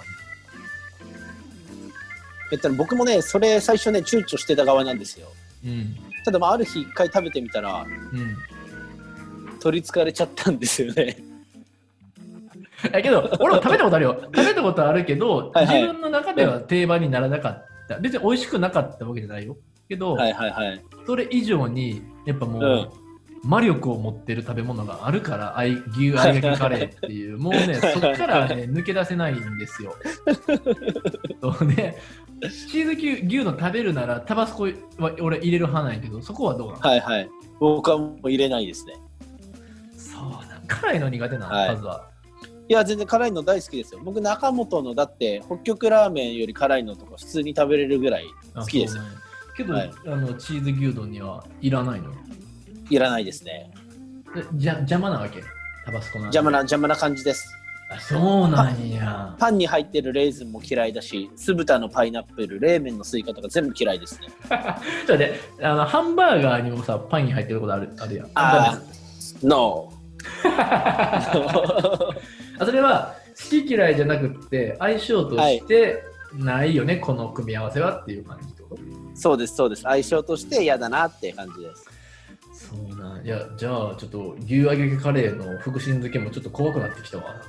Speaker 3: えっと、僕もね、それ最初ね、躊躇してた側なんですよ。
Speaker 2: うん。
Speaker 3: ただ、まあ、ある日一回食べてみた
Speaker 2: う
Speaker 3: ら、
Speaker 2: ん。
Speaker 3: 取りつかれちゃったんですよね。
Speaker 2: だけど、俺も食べたことあるよ。食べたことあるけど、
Speaker 3: はいはい
Speaker 2: 自分の中では定番にならなかった。別に美味しくなかったわけじゃないよ。けど、
Speaker 3: はいはいはい。
Speaker 2: それ以上に、やっぱもう、
Speaker 3: うん
Speaker 2: 魔力を持ってる食べ物があるから、あい
Speaker 3: [laughs]
Speaker 2: 牛あいがけカレーっていう、もうね、そっからね、抜け出せないんです
Speaker 3: [laughs]
Speaker 2: よ。そうね、チーズ牛牛の食べるなら、タバスコは俺入れる派なんやけど、そこはどうなの、
Speaker 3: はいはい。僕はもう入れないですね。
Speaker 2: そうなん辛いの苦手なの、
Speaker 3: はい
Speaker 2: カズは。
Speaker 3: いや、全然辛いの大好きですよ。僕、中本の、だって、北極ラーメンより辛いのとか普通に食べれるぐらい
Speaker 2: あ
Speaker 3: 好きですよ。
Speaker 2: そうねけど、
Speaker 3: はい
Speaker 2: あの、チーズ牛丼にはいらないの。
Speaker 3: いらないですね。
Speaker 2: えじゃ邪魔なわけタバスコなんて
Speaker 3: 邪魔な、邪魔な感じです。
Speaker 2: あそうなんや
Speaker 3: パンに入ってるレーズンも嫌いだし、酢豚のパイナップル、冷麺のスイカとか全部嫌いですね。
Speaker 2: ちょっと待ってあのハンバーガーにもさパンに入ってることあるあるやん
Speaker 3: ああ、ノ
Speaker 2: あ
Speaker 3: ー。
Speaker 2: それは好き嫌いじゃなくって相性としてないよね、この組み合わせはっていう感じってこと
Speaker 3: [laughs] そうです、そうです。相性として嫌だなっていう感じです。
Speaker 2: そうなんいやじゃあちょっと牛揚げカレーの福神漬けもちょっと怖くなってきたわなんか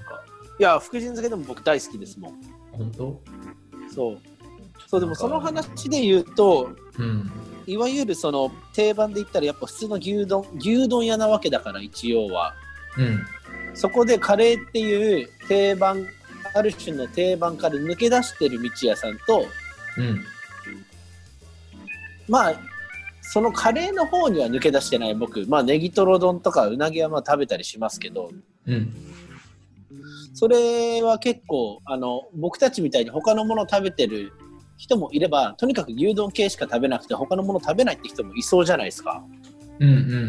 Speaker 3: いや、福神漬けでも僕大好きですもん。
Speaker 2: 本当
Speaker 3: そう。そう、でもその話で言うと、
Speaker 2: うん
Speaker 3: いわゆるその定番で言ったらやっぱ普通の牛丼、牛丼屋なわけだから一応は。
Speaker 2: うん
Speaker 3: そこでカレーっていう定番、ある種の定番から抜け出してる道屋さんと、
Speaker 2: うん
Speaker 3: まあ、そのカレーの方には抜け出してない僕、まあ、ネギトロ丼とかうなぎはまあ食べたりしますけど、
Speaker 2: うん
Speaker 3: それは結構あの僕たちみたいに他のもの食べてる人もいればとにかく牛丼系しか食べなくて他のもの食べないって人もいそうじゃないですか
Speaker 2: うんうんうんうんうんう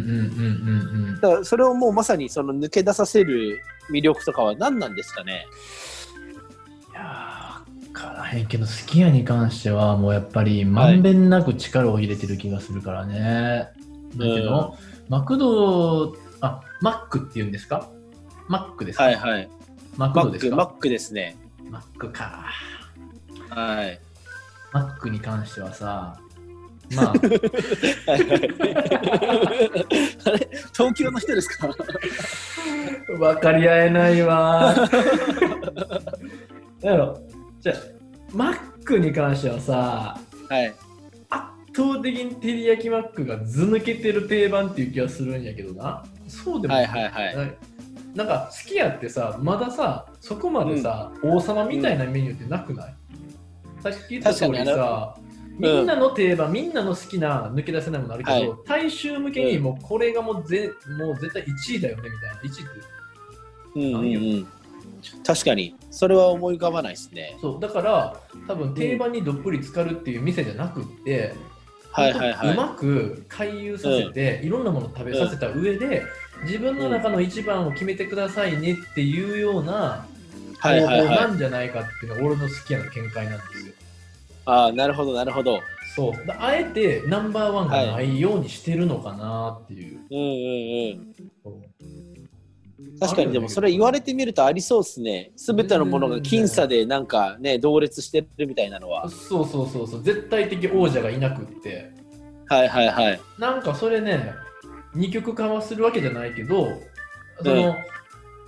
Speaker 2: ん
Speaker 3: だからそれをもうまさにその抜け出させる魅力とかは何なんですかね
Speaker 2: いやー、からへんけど、すき家に関しては、もうやっぱり、まんべんなく力を入れてる気がするからね。だけど、マクド、あ、マックって言うんですかマックですか、
Speaker 3: はいはい
Speaker 2: マク
Speaker 3: マ
Speaker 2: ドで
Speaker 3: ッ
Speaker 2: す
Speaker 3: ク
Speaker 2: か
Speaker 3: マックですね
Speaker 2: マックか。
Speaker 3: はい
Speaker 2: マックに関してはさ、まあ、
Speaker 3: あれ東京の人ですか
Speaker 2: [laughs] 分かり合えないわ [laughs] ー。だろじゃあマックに関してはさ、
Speaker 3: はい
Speaker 2: 圧倒的に照り焼きマックが図抜けてる定番っていう気がするんやけどなそうでも
Speaker 3: は
Speaker 2: ない
Speaker 3: はいはい
Speaker 2: ななんかすき家ってさまださそこまでさ、王様みたいなメニューってなくない、さっき言った通りさ
Speaker 3: 確にあの
Speaker 2: みんなの定番、みんなの好きな抜け出せないものあるけど、大衆向けにもうこれがもうぜ、もう絶対1位だよねみたいな1位って
Speaker 3: うんうんうん確かにそれは思い浮かばないですね
Speaker 2: そうだから多分定番にどっぷり浸かるっていう店じゃなくって、
Speaker 3: はいはいは
Speaker 2: う
Speaker 3: い
Speaker 2: まく回遊させて、いろんなものを食べさせた上で、自分の中の一番を決めてくださいねっていうような方
Speaker 3: はい
Speaker 2: 法
Speaker 3: はいはい
Speaker 2: なんじゃないかっていうのが俺の好きな見解なんですよ。
Speaker 3: ああなるほどなるほど
Speaker 2: そうだあえてナンバーワンがないようにしてるのかなっていう。
Speaker 3: うんうんうん
Speaker 2: そう
Speaker 3: 確かにでもそれ言われてみるとありそうですね。すべてのものが僅差でなんかね同列してるみたいなのは。
Speaker 2: そうそうそうそう絶対的王者がいなくって
Speaker 3: はいはいはい。
Speaker 2: なんかそれね二極化はするわけじゃないけどその、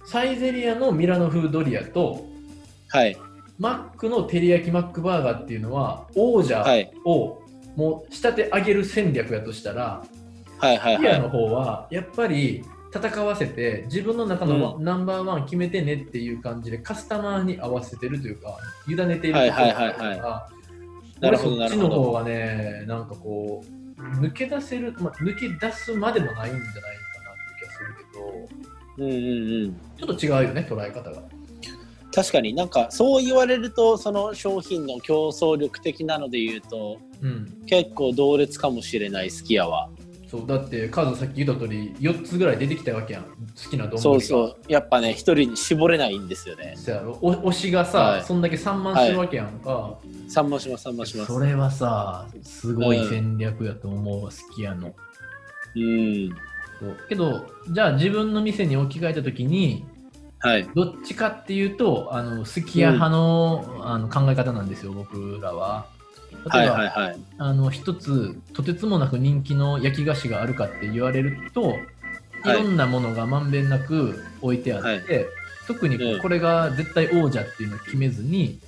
Speaker 2: サイゼリアのミラノ風ドリアと
Speaker 3: はい
Speaker 2: マックの照り焼きマックバーガーっていうのは王者
Speaker 3: はい
Speaker 2: をもう仕立て上げる戦略やとしたら、
Speaker 3: はいはい
Speaker 2: ピ
Speaker 3: は
Speaker 2: ア
Speaker 3: い。
Speaker 2: の方はやっぱり戦わせて自分の中の
Speaker 3: う
Speaker 2: ナンバーワン決めてねっていう感じでカスタマーに合わせてるというか委ねている
Speaker 3: はいはい
Speaker 2: ところ
Speaker 3: はい
Speaker 2: だから
Speaker 3: なるほど
Speaker 2: 俺そっちの方がねなんかこう抜け出せる、まあ、抜け出すまでもないんじゃないかなっていう気がする
Speaker 3: うんうんうん。
Speaker 2: けどちょっと違うよね捉え方が。
Speaker 3: 確かになんかそう言われるとその商品の競争力的なので言うと
Speaker 2: うん
Speaker 3: 結構同列かもしれないすき家は。
Speaker 2: そうだってカズさっき言った通り4つぐらい出てきたわけやん好きな丼が
Speaker 3: そうそうやっぱね一人に絞れないんですよね
Speaker 2: そうやろお推しがさ、
Speaker 3: はい
Speaker 2: そんだけ散漫してるわけやんか、
Speaker 3: 散漫します散漫します
Speaker 2: それはさすごい戦略やと思うわ好きやの、
Speaker 3: うん
Speaker 2: そうけどじゃあ自分の店に置き換えた時に
Speaker 3: はい
Speaker 2: どっちかっていうとあのすき家派の,、あの考え方なんですよ僕らは
Speaker 3: は
Speaker 2: 例え
Speaker 3: い
Speaker 2: ば、
Speaker 3: はいはい
Speaker 2: あの一つとてつもなく人気の焼き菓子があるかって言われると、い、ろんなものがまんべんなく置いてあって、
Speaker 3: はい
Speaker 2: 特に
Speaker 3: うん
Speaker 2: これが絶対王者っていうのを決めずに、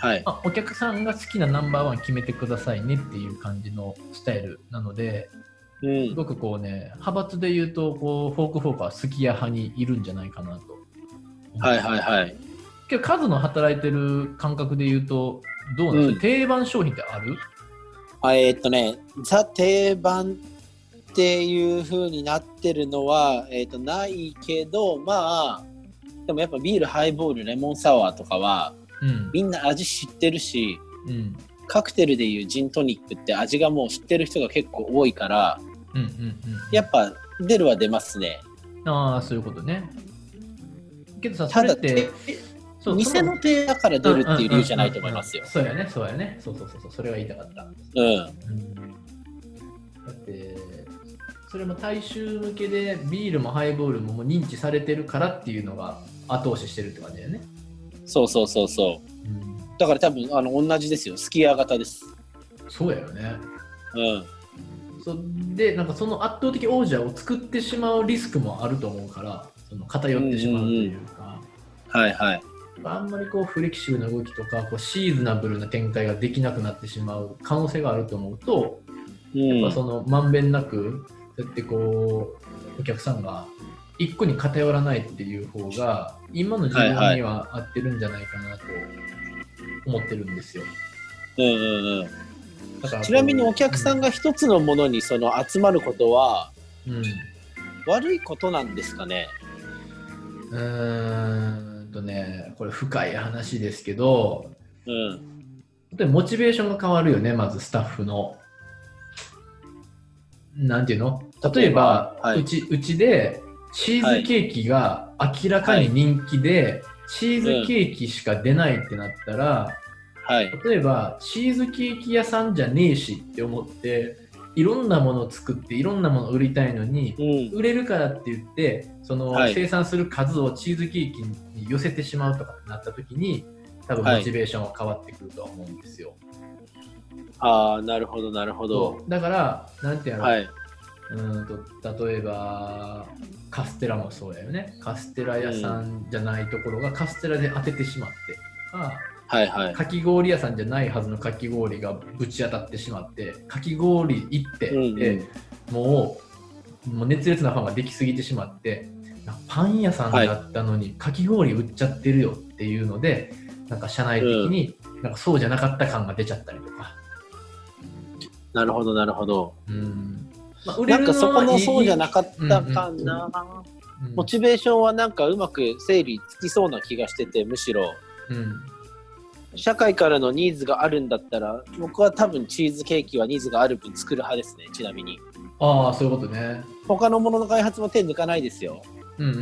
Speaker 3: はい
Speaker 2: まあ、お客さんが好きなナンバーワン決めてくださいねっていう感じのスタイルなので
Speaker 3: うん
Speaker 2: すごくこうね派閥で言うとこうフォークフォークはすき家派にいるんじゃないかなと。
Speaker 3: はいはいはい
Speaker 2: けど数の働いてる感覚で言うとどうなんですか、
Speaker 3: うん
Speaker 2: 定番商品ってある
Speaker 3: あえーっとねザ定番っていう風になってるのは、えーっとないけどまあでもやっぱビールハイボールレモンサワーとかは
Speaker 2: うん。
Speaker 3: みんな味知ってるし
Speaker 2: うん。
Speaker 3: カクテルでいうジントニックって味がもう知ってる人が結構多いから
Speaker 2: うんうんうん。
Speaker 3: やっぱ出るは出ますね
Speaker 2: ああ、そういうことね。けどさ、そ
Speaker 3: た
Speaker 2: れ
Speaker 3: だ
Speaker 2: って、そう
Speaker 3: 店の手だから出るっていう理由じゃないと思いますよ
Speaker 2: そのうんうんうんうんそうやね、そうやね。そうそうそうそう、それが言いたかった。
Speaker 3: うん
Speaker 2: うん、だって、それも大衆向けでビールもハイボールももう認知されてるからっていうのが後押ししてるって感じだよね。
Speaker 3: そうそうそうそ
Speaker 2: う
Speaker 3: う
Speaker 2: ん、
Speaker 3: だから多分あの同じですよすき家型です
Speaker 2: そうやよね。
Speaker 3: うん
Speaker 2: そで、なんかその圧倒的王者を作ってしまうリスクもあると思うから、その偏ってしまうというか。
Speaker 3: はいはい
Speaker 2: あんまりこうフレキシブルな動きとかこうシーズナブルな展開ができなくなってしまう可能性があると思うと、
Speaker 3: うん
Speaker 2: まあそのまんべんなくそうやってこうお客さんが一個に偏らないっていう方が今の自分には合ってるんじゃないかなと思ってるんですよ。
Speaker 3: うんうんうん
Speaker 2: だからこう
Speaker 3: ちなみにお客さん、が一つのものにその集まることは
Speaker 2: うん、う
Speaker 3: 悪いことなんですかね
Speaker 2: ーんとねこれ深い話ですけど
Speaker 3: うん
Speaker 2: 本当にモチベーションが変わるよね、まずスタッフの。なんていうの例えば、
Speaker 3: 例えばはいう
Speaker 2: ちうちでチーズケーキが明らかに人気で、チーズケーキしか出ないってなったら、
Speaker 3: はい
Speaker 2: 例えばチーズケーキ屋さんじゃねえしって思っていろんなものを作っていろんなものを売りたいのに
Speaker 3: うん
Speaker 2: 売れるからって言ってその、
Speaker 3: はい
Speaker 2: 生産する数をチーズケーキに寄せてしまうとかってなった時に多分
Speaker 3: はい
Speaker 2: モチベーションは変わってくるとは思うんですよ。
Speaker 3: ああなるほどなるほど
Speaker 2: だから、なんていうの、
Speaker 3: はいう
Speaker 2: ーんと例えばカステラもそうだよね。カステラ屋さんじゃないところがカステラで当ててしまってとか、
Speaker 3: はいはい
Speaker 2: かき氷屋さんじゃないはずのかき氷がぶち当たってしまって、かき氷一手
Speaker 3: うんうん
Speaker 2: で、もうもう熱烈なファンができすぎてしまって、パン屋さんだったのにかき氷売っちゃってるよっていうので、なんか社内的になんかそうじゃなかった感が出ちゃったりとか。
Speaker 3: なるほどなるほど
Speaker 2: うんまあ、売
Speaker 3: なんかそこのそうじゃ
Speaker 2: な
Speaker 3: なかったかなモチベーションはなんかうまく整理つきそうな気がしててむしろ
Speaker 2: うんうん
Speaker 3: 社会からのニーズがあるんだったら僕は多分チーズケーキはニーズがある分作る派ですねちなみに
Speaker 2: ああそういうことね
Speaker 3: 他のものの開発も手抜かないですよ
Speaker 2: うんうんう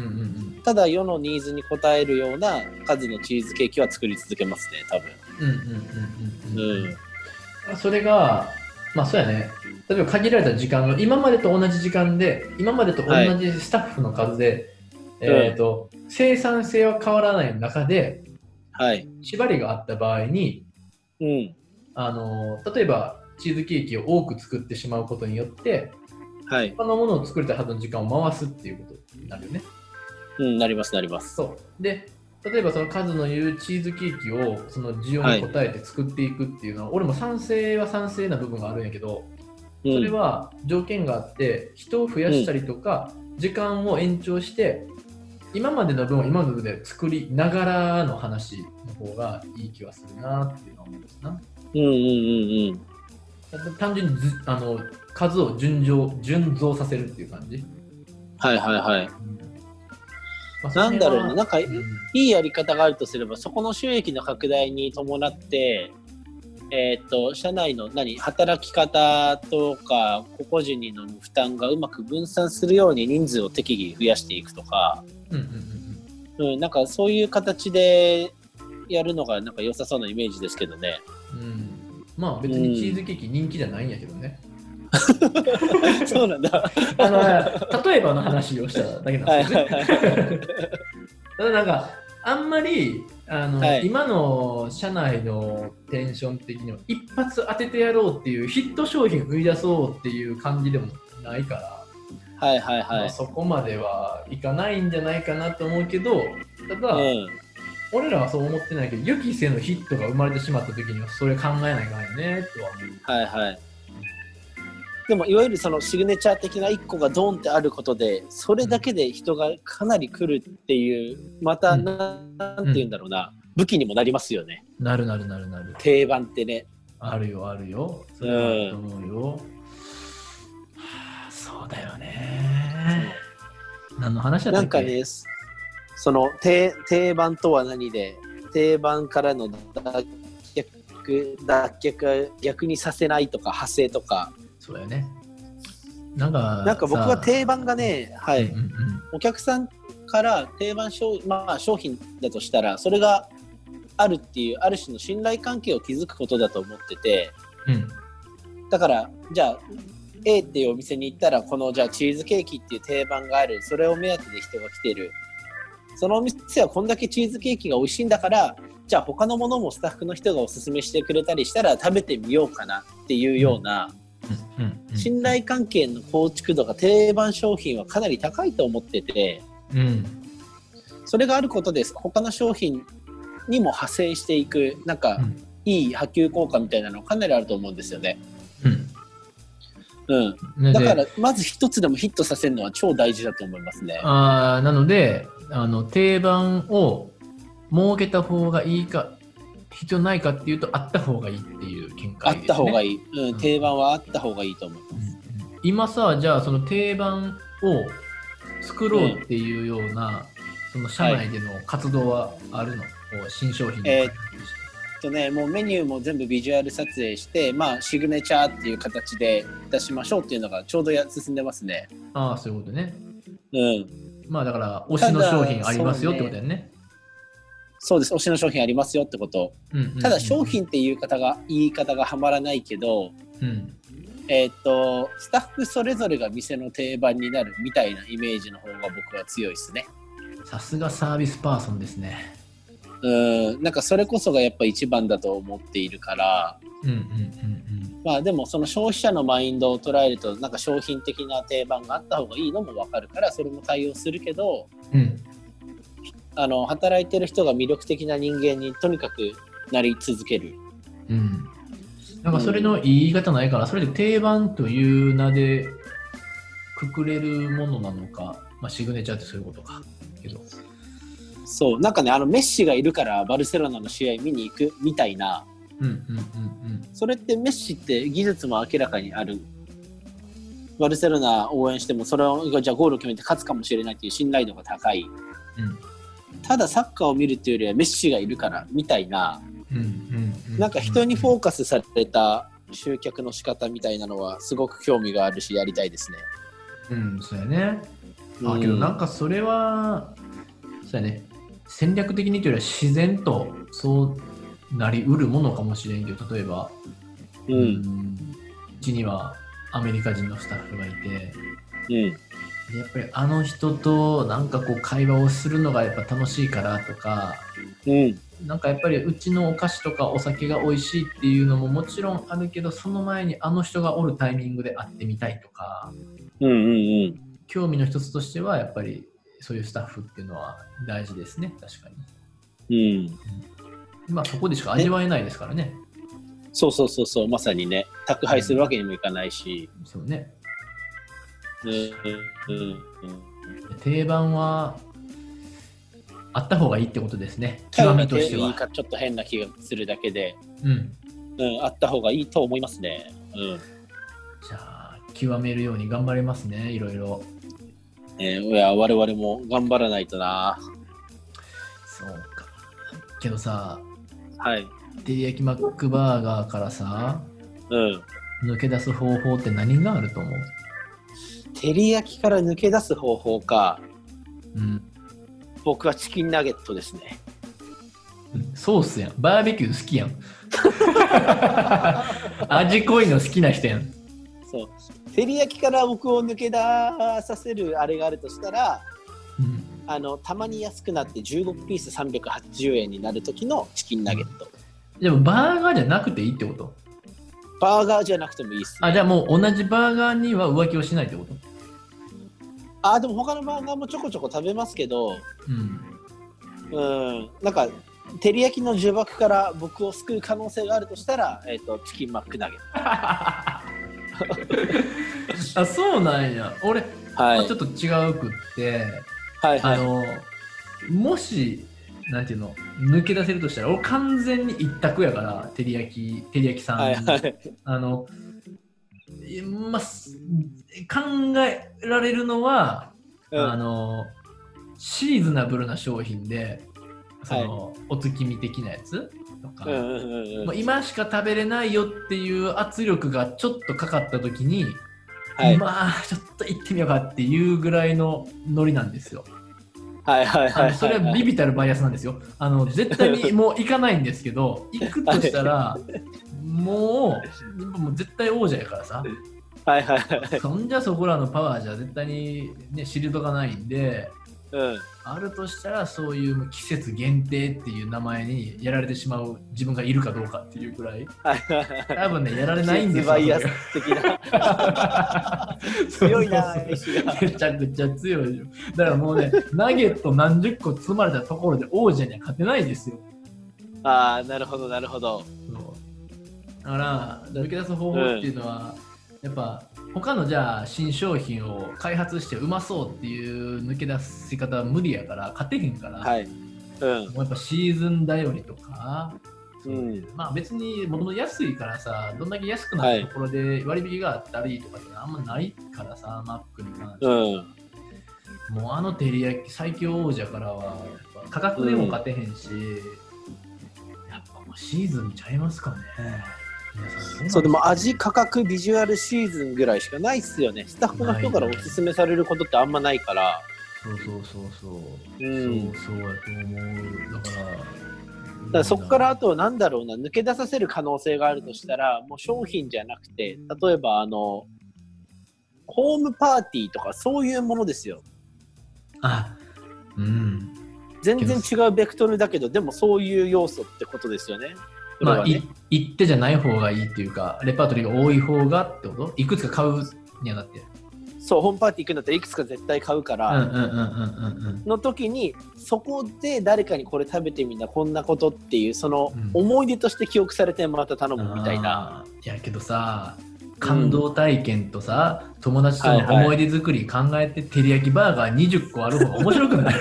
Speaker 2: ん
Speaker 3: ただ世のニーズに応えるような数のチーズケーキは作り続けますね多
Speaker 2: うんうんうんうん
Speaker 3: 分
Speaker 2: うんそれがまあそうやね例えば限られた時間が今までと同じ時間で今までと同じスタッフの数で、えっ、と生産性は変わらない中で
Speaker 3: はい
Speaker 2: 縛りがあった場合に
Speaker 3: うん
Speaker 2: あの例えばチーズケーキを多く作ってしまうことによって
Speaker 3: はい
Speaker 2: 他のものを作れたはずの時間を回すっていうことになるよね
Speaker 3: うんなりますなります
Speaker 2: そうで例えばその数の言うチーズケーキをその需要に応えて作っていくっていうのは、俺も賛成は賛成な部分があるんやけど
Speaker 3: うん
Speaker 2: それは条件があって人を増やしたりとか、時間を延長して今までの分を今までの分で作りながらの話の方がいい気はするなっていうのは思うんですな。
Speaker 3: うんうんうんうん
Speaker 2: だって単純にずあの数を順増順増させるっていう感じ。
Speaker 3: はいはいはい
Speaker 2: まあ
Speaker 3: なんだろうななんか
Speaker 2: それはうん
Speaker 3: いいやり方があるとすればそこの収益の拡大に伴ってえーっと社内の何働き方とか個々人にの負担がうまく分散するように人数を適宜増やしていくとか、
Speaker 2: うんうんうん
Speaker 3: うん、なんかそういう形でやるのがなんか良さそうなイメージですけどね。
Speaker 2: うんうんまあ別にチーズケーキ人気じゃないんやけどね。 [laughs]
Speaker 3: そうなんだ。
Speaker 2: あの例えばの話をしただけなん
Speaker 3: はい
Speaker 2: です
Speaker 3: は
Speaker 2: よ
Speaker 3: い
Speaker 2: ね。
Speaker 3: はい。
Speaker 2: [laughs] ただなんかあんまりあの、
Speaker 3: はい
Speaker 2: 今の社内のテンション的には一発当ててやろうっていうヒット商品売り出そうっていう感じでもないから、
Speaker 3: はいはい
Speaker 2: ま
Speaker 3: は
Speaker 2: あ
Speaker 3: い。
Speaker 2: そこまではいかないんじゃないかなと思うけどただ、
Speaker 3: うん、
Speaker 2: 俺らはそう思ってないけど予期せぬヒットが生まれてしまった時にはそれ考えないからねとは思う。
Speaker 3: はいはい。でもいわゆるそのシグネチャー的な1個がドーンってあることでそれだけで人がかなり来るっていうまた
Speaker 2: うん
Speaker 3: なんなんて言うんだろうな、武器にもなりますよね
Speaker 2: なるなるなるなる。
Speaker 3: 定番ってね
Speaker 2: あるよあるよ。それはあると思うよ。はあそうだよね。何の話だった
Speaker 3: な
Speaker 2: っ
Speaker 3: ん
Speaker 2: け
Speaker 3: かねそその定定番とは何で定番からの脱却脱却逆にさせないとか派生とか
Speaker 2: そうだよね。なんか、
Speaker 3: なんか僕
Speaker 2: さ
Speaker 3: は定番が、ねはい、
Speaker 2: うんうん
Speaker 3: お客さんから定番商,、まあ、商品だとしたらそれがあるっていうある種の信頼関係を築くことだと思ってて
Speaker 2: うん、うん
Speaker 3: だからじゃあ A っていうお店に行ったらこのじゃあチーズケーキっていう定番があるそれを目当てで人が来てるそのお店はこんだけチーズケーキが美味しいんだからじゃあ他のものもスタッフの人がおすすめしてくれたりしたら食べてみようかなっていうような
Speaker 2: うんうん、
Speaker 3: 信頼関係の構築度が定番商品はかなり高いと思ってて。
Speaker 2: うん
Speaker 3: それがあることです他の商品にも派生していくなんか
Speaker 2: うん
Speaker 3: いい波及効果みたいなのかなりあると思うんですよね、うん、
Speaker 2: うん、
Speaker 3: だか
Speaker 2: で
Speaker 3: らまず一つでもヒットさせるのは超大事だと思いますね
Speaker 2: あーなのであの定番を設けた方がいいか必要ないかっていうとあった方がいいっていう見
Speaker 3: あ
Speaker 2: 解で
Speaker 3: っ
Speaker 2: す、ね、
Speaker 3: た方が
Speaker 2: い、
Speaker 3: いい、う、
Speaker 2: うんん
Speaker 3: 定番はあった方がいいと思う
Speaker 2: 今さじゃあその定番を作ろうっていうような、その社内での活動はあるの、こう新商品の
Speaker 3: えーとねもうメニューも全部ビジュアル撮影してまあシグネチャーっていう形で出しましょうっていうのがちょうどや進んでますね
Speaker 2: ああそういうことね
Speaker 3: うん
Speaker 2: まあだから推しの商品ありますよってことだよね。
Speaker 3: そうです推しの商品ありますよってこと
Speaker 2: うんうんうん
Speaker 3: ただ商品っていう方が言い方がはまらないけど
Speaker 2: うん
Speaker 3: えーっとスタッフそれぞれが店の定番になるみたいなイメージの方が僕は強いですね。
Speaker 2: さすがサービスパーソンですね。
Speaker 3: うんなんかそれこそがやっぱ一番だと思っているから
Speaker 2: うんうんうん
Speaker 3: まあでもその消費者のマインドを捉えるとなんか商品的な定番があった方がいいのも分かるからそれも対応するけど
Speaker 2: うん。うん
Speaker 3: あの働いてる人が魅力的な人間にとにかくなり続ける。
Speaker 2: うん。なんかそれの言い方ないから、それで定番という名でくくれるものなのか、まあ、シグネチャーってそういうことか。けど。
Speaker 3: そうなんかねあのメッシがいるからバルセロナの試合見に行くみたいな
Speaker 2: うんうんうん
Speaker 3: それってメッシって技術も明らかにある。バルセロナ応援してもそれをじゃあゴールを決めて勝つかもしれないっていう信頼度が高い。
Speaker 2: うん。うん
Speaker 3: ただサッカーを見るっていうよりはメッシがいるからみたいな、
Speaker 2: うんうんうん、
Speaker 3: なんか人にフォーカスされた集客の仕方みたいなのはすごく興味があるしやりたいですね。
Speaker 2: うん、そうやね。
Speaker 3: う
Speaker 2: あ
Speaker 3: ん
Speaker 2: けどなんかそれは、そうやね、戦略的にというよりは自然とそうなりうるものかもしれんけど、例えば、
Speaker 3: う、
Speaker 2: うんうちにはアメリカ人のスタッフがいて、
Speaker 3: うん、
Speaker 2: でやっぱりあの人となんかこう会話をするのがやっぱ楽しいからとか、
Speaker 3: うん、
Speaker 2: なんかやっぱりうちのお菓子とかお酒が美味しいっていうのももちろんあるけど、その前にあの人がおるタイミングで会ってみたいとか、
Speaker 3: うん、うん、
Speaker 2: 興味の一つとしてはやっぱりそういうスタッフっていうのは大事ですね確かに
Speaker 3: うん、
Speaker 2: まあそこでしか味わえないですからね
Speaker 3: そうそうそうそう、まさにね、宅配するわけにもいかないし、
Speaker 2: そうね
Speaker 3: うん、うん、うん。
Speaker 2: 定番はあった方がいいってことですね極みとして
Speaker 3: 言い
Speaker 2: は
Speaker 3: 方ちょっと変な気がするだけで、
Speaker 2: うん
Speaker 3: うん、あった方がいいと思いますね。うん
Speaker 2: じゃあ極めるように頑張れますねいろいろ
Speaker 3: えー、いや我々も頑張らないとな。
Speaker 2: そうかけどさ
Speaker 3: はい。
Speaker 2: 照り焼きマックバーガーからさ、
Speaker 3: うん。
Speaker 2: 抜け出す方法って何があると思う
Speaker 3: 照り焼きから抜け出す方法か。
Speaker 2: うん。
Speaker 3: 僕はチキンナゲットですね。
Speaker 2: ソースやん。バーベキュー好きやん。味濃いの好きな人やん。
Speaker 3: そう。照り焼きから僕を抜け出させるあれがあるとしたら、
Speaker 2: うん
Speaker 3: あのたまに安くなって15ピース380円になる時のチキンナゲット。
Speaker 2: でもバーガーじゃなくていいってこと
Speaker 3: バーガーじゃなくてもいいっす、ね。
Speaker 2: あ、じゃあもう同じバーガーには浮気をしないってこと
Speaker 3: あでも他のバーガーもちょこちょこ食べますけど、
Speaker 2: うん。
Speaker 3: うん、なんか照り焼きの呪縛から僕を救う可能性があるとしたら、えっとチキンマックナゲッ
Speaker 2: あ、そうなんや。俺、
Speaker 3: ト。はい。
Speaker 2: ちょっと違うくって、
Speaker 3: はいは
Speaker 2: あ
Speaker 3: い。
Speaker 2: の、もし、なんていうの、抜け出せるとしたら、俺完全に一択やから、照り焼き、照り焼きさん。
Speaker 3: はいはい。
Speaker 2: あの、いまあ、す考えられるのは、
Speaker 3: う
Speaker 2: あ
Speaker 3: ん
Speaker 2: の、シーズナブルな商品で、その、お月見的なやつとか、
Speaker 3: うんうんうんうん
Speaker 2: もう今しか食べれないよっていう圧力がちょっとかかった時に、
Speaker 3: はい
Speaker 2: まあちょっと行ってみようかっていうぐらいのノリなんですよ。
Speaker 3: はいはい
Speaker 2: あ
Speaker 3: は
Speaker 2: の
Speaker 3: い。
Speaker 2: それはビビたるバイアスなんですよ。あの絶対
Speaker 3: [laughs]
Speaker 2: にもう行かないんですけど行くとしたらもうもう絶対王者やからさ
Speaker 3: はいはいはい。
Speaker 2: そんじゃそこらのパワーじゃ絶対に、ね、知るとかないんで
Speaker 3: うん。
Speaker 2: あるとしたらそういう季節限定っていう名前にやられてしまう自分がいるかどうかっていうぐらい
Speaker 3: はいはいはい。
Speaker 2: 多分ねやられないんですよ。
Speaker 3: バイアス的な。
Speaker 2: [laughs]
Speaker 3: 強いな
Speaker 2: そうそうそう
Speaker 3: 意志が
Speaker 2: めちゃくちゃ強いよ。だからもうね、 [laughs] ナゲット何十個積まれたところで王者には勝てないですよ。
Speaker 3: ああ、なるほどなるほど。
Speaker 2: そうだから、抜け出す方法っていうのは、やっぱ、他のじゃあ新商品を開発してうまそうっていう抜け出し方は無理やから、勝てへんから、
Speaker 3: はい。うん。
Speaker 2: もうやっぱシーズン頼りとか、
Speaker 3: うん。
Speaker 2: まあ別にもともと安いからさ、どんだけ安くなったところで割引があったりとかってあんまないからさ、マックに関して
Speaker 3: う
Speaker 2: は。
Speaker 3: ん。
Speaker 2: もうあの照り焼き最強王者からはやっぱ価格でも勝てへんし、やっぱもうシーズンちゃいますかね。皆さん
Speaker 3: そうでも味価格ビジュアルシーズンぐらいしかないっすよねスタッフの人からおすすめされることってあんまないから
Speaker 2: そうそうそうそう。
Speaker 3: う
Speaker 2: そ
Speaker 3: ん
Speaker 2: うそうやと思う。だから。
Speaker 3: だからそこからあとなんだろうな抜け出させる可能性があるとしたらもう商品じゃなくて例えばあのホームパーティーとかそういうものですよ
Speaker 2: あうん。
Speaker 3: 全然違うベクトルだけどでもそういう要素ってことですよねそれ
Speaker 2: ま
Speaker 3: は
Speaker 2: あ、
Speaker 3: ね
Speaker 2: い行ってじゃない方がいいっていうか、レパートリーが多い方がってこといくつか買うにはなって。
Speaker 3: そうホームパーティー行くんだったらいくつか絶対買うか
Speaker 2: うん
Speaker 3: ら、
Speaker 2: うんうんうんうんうん。
Speaker 3: の時にそこで誰かにこれ食べてみんなこんなことっていうその
Speaker 2: うん
Speaker 3: 思い出として記憶されてまた頼むみたいな、
Speaker 2: あー。いやけどさ、感動体験とさ、友達との思い出作り考えて、照り焼きバーガー20個ある方が面白くない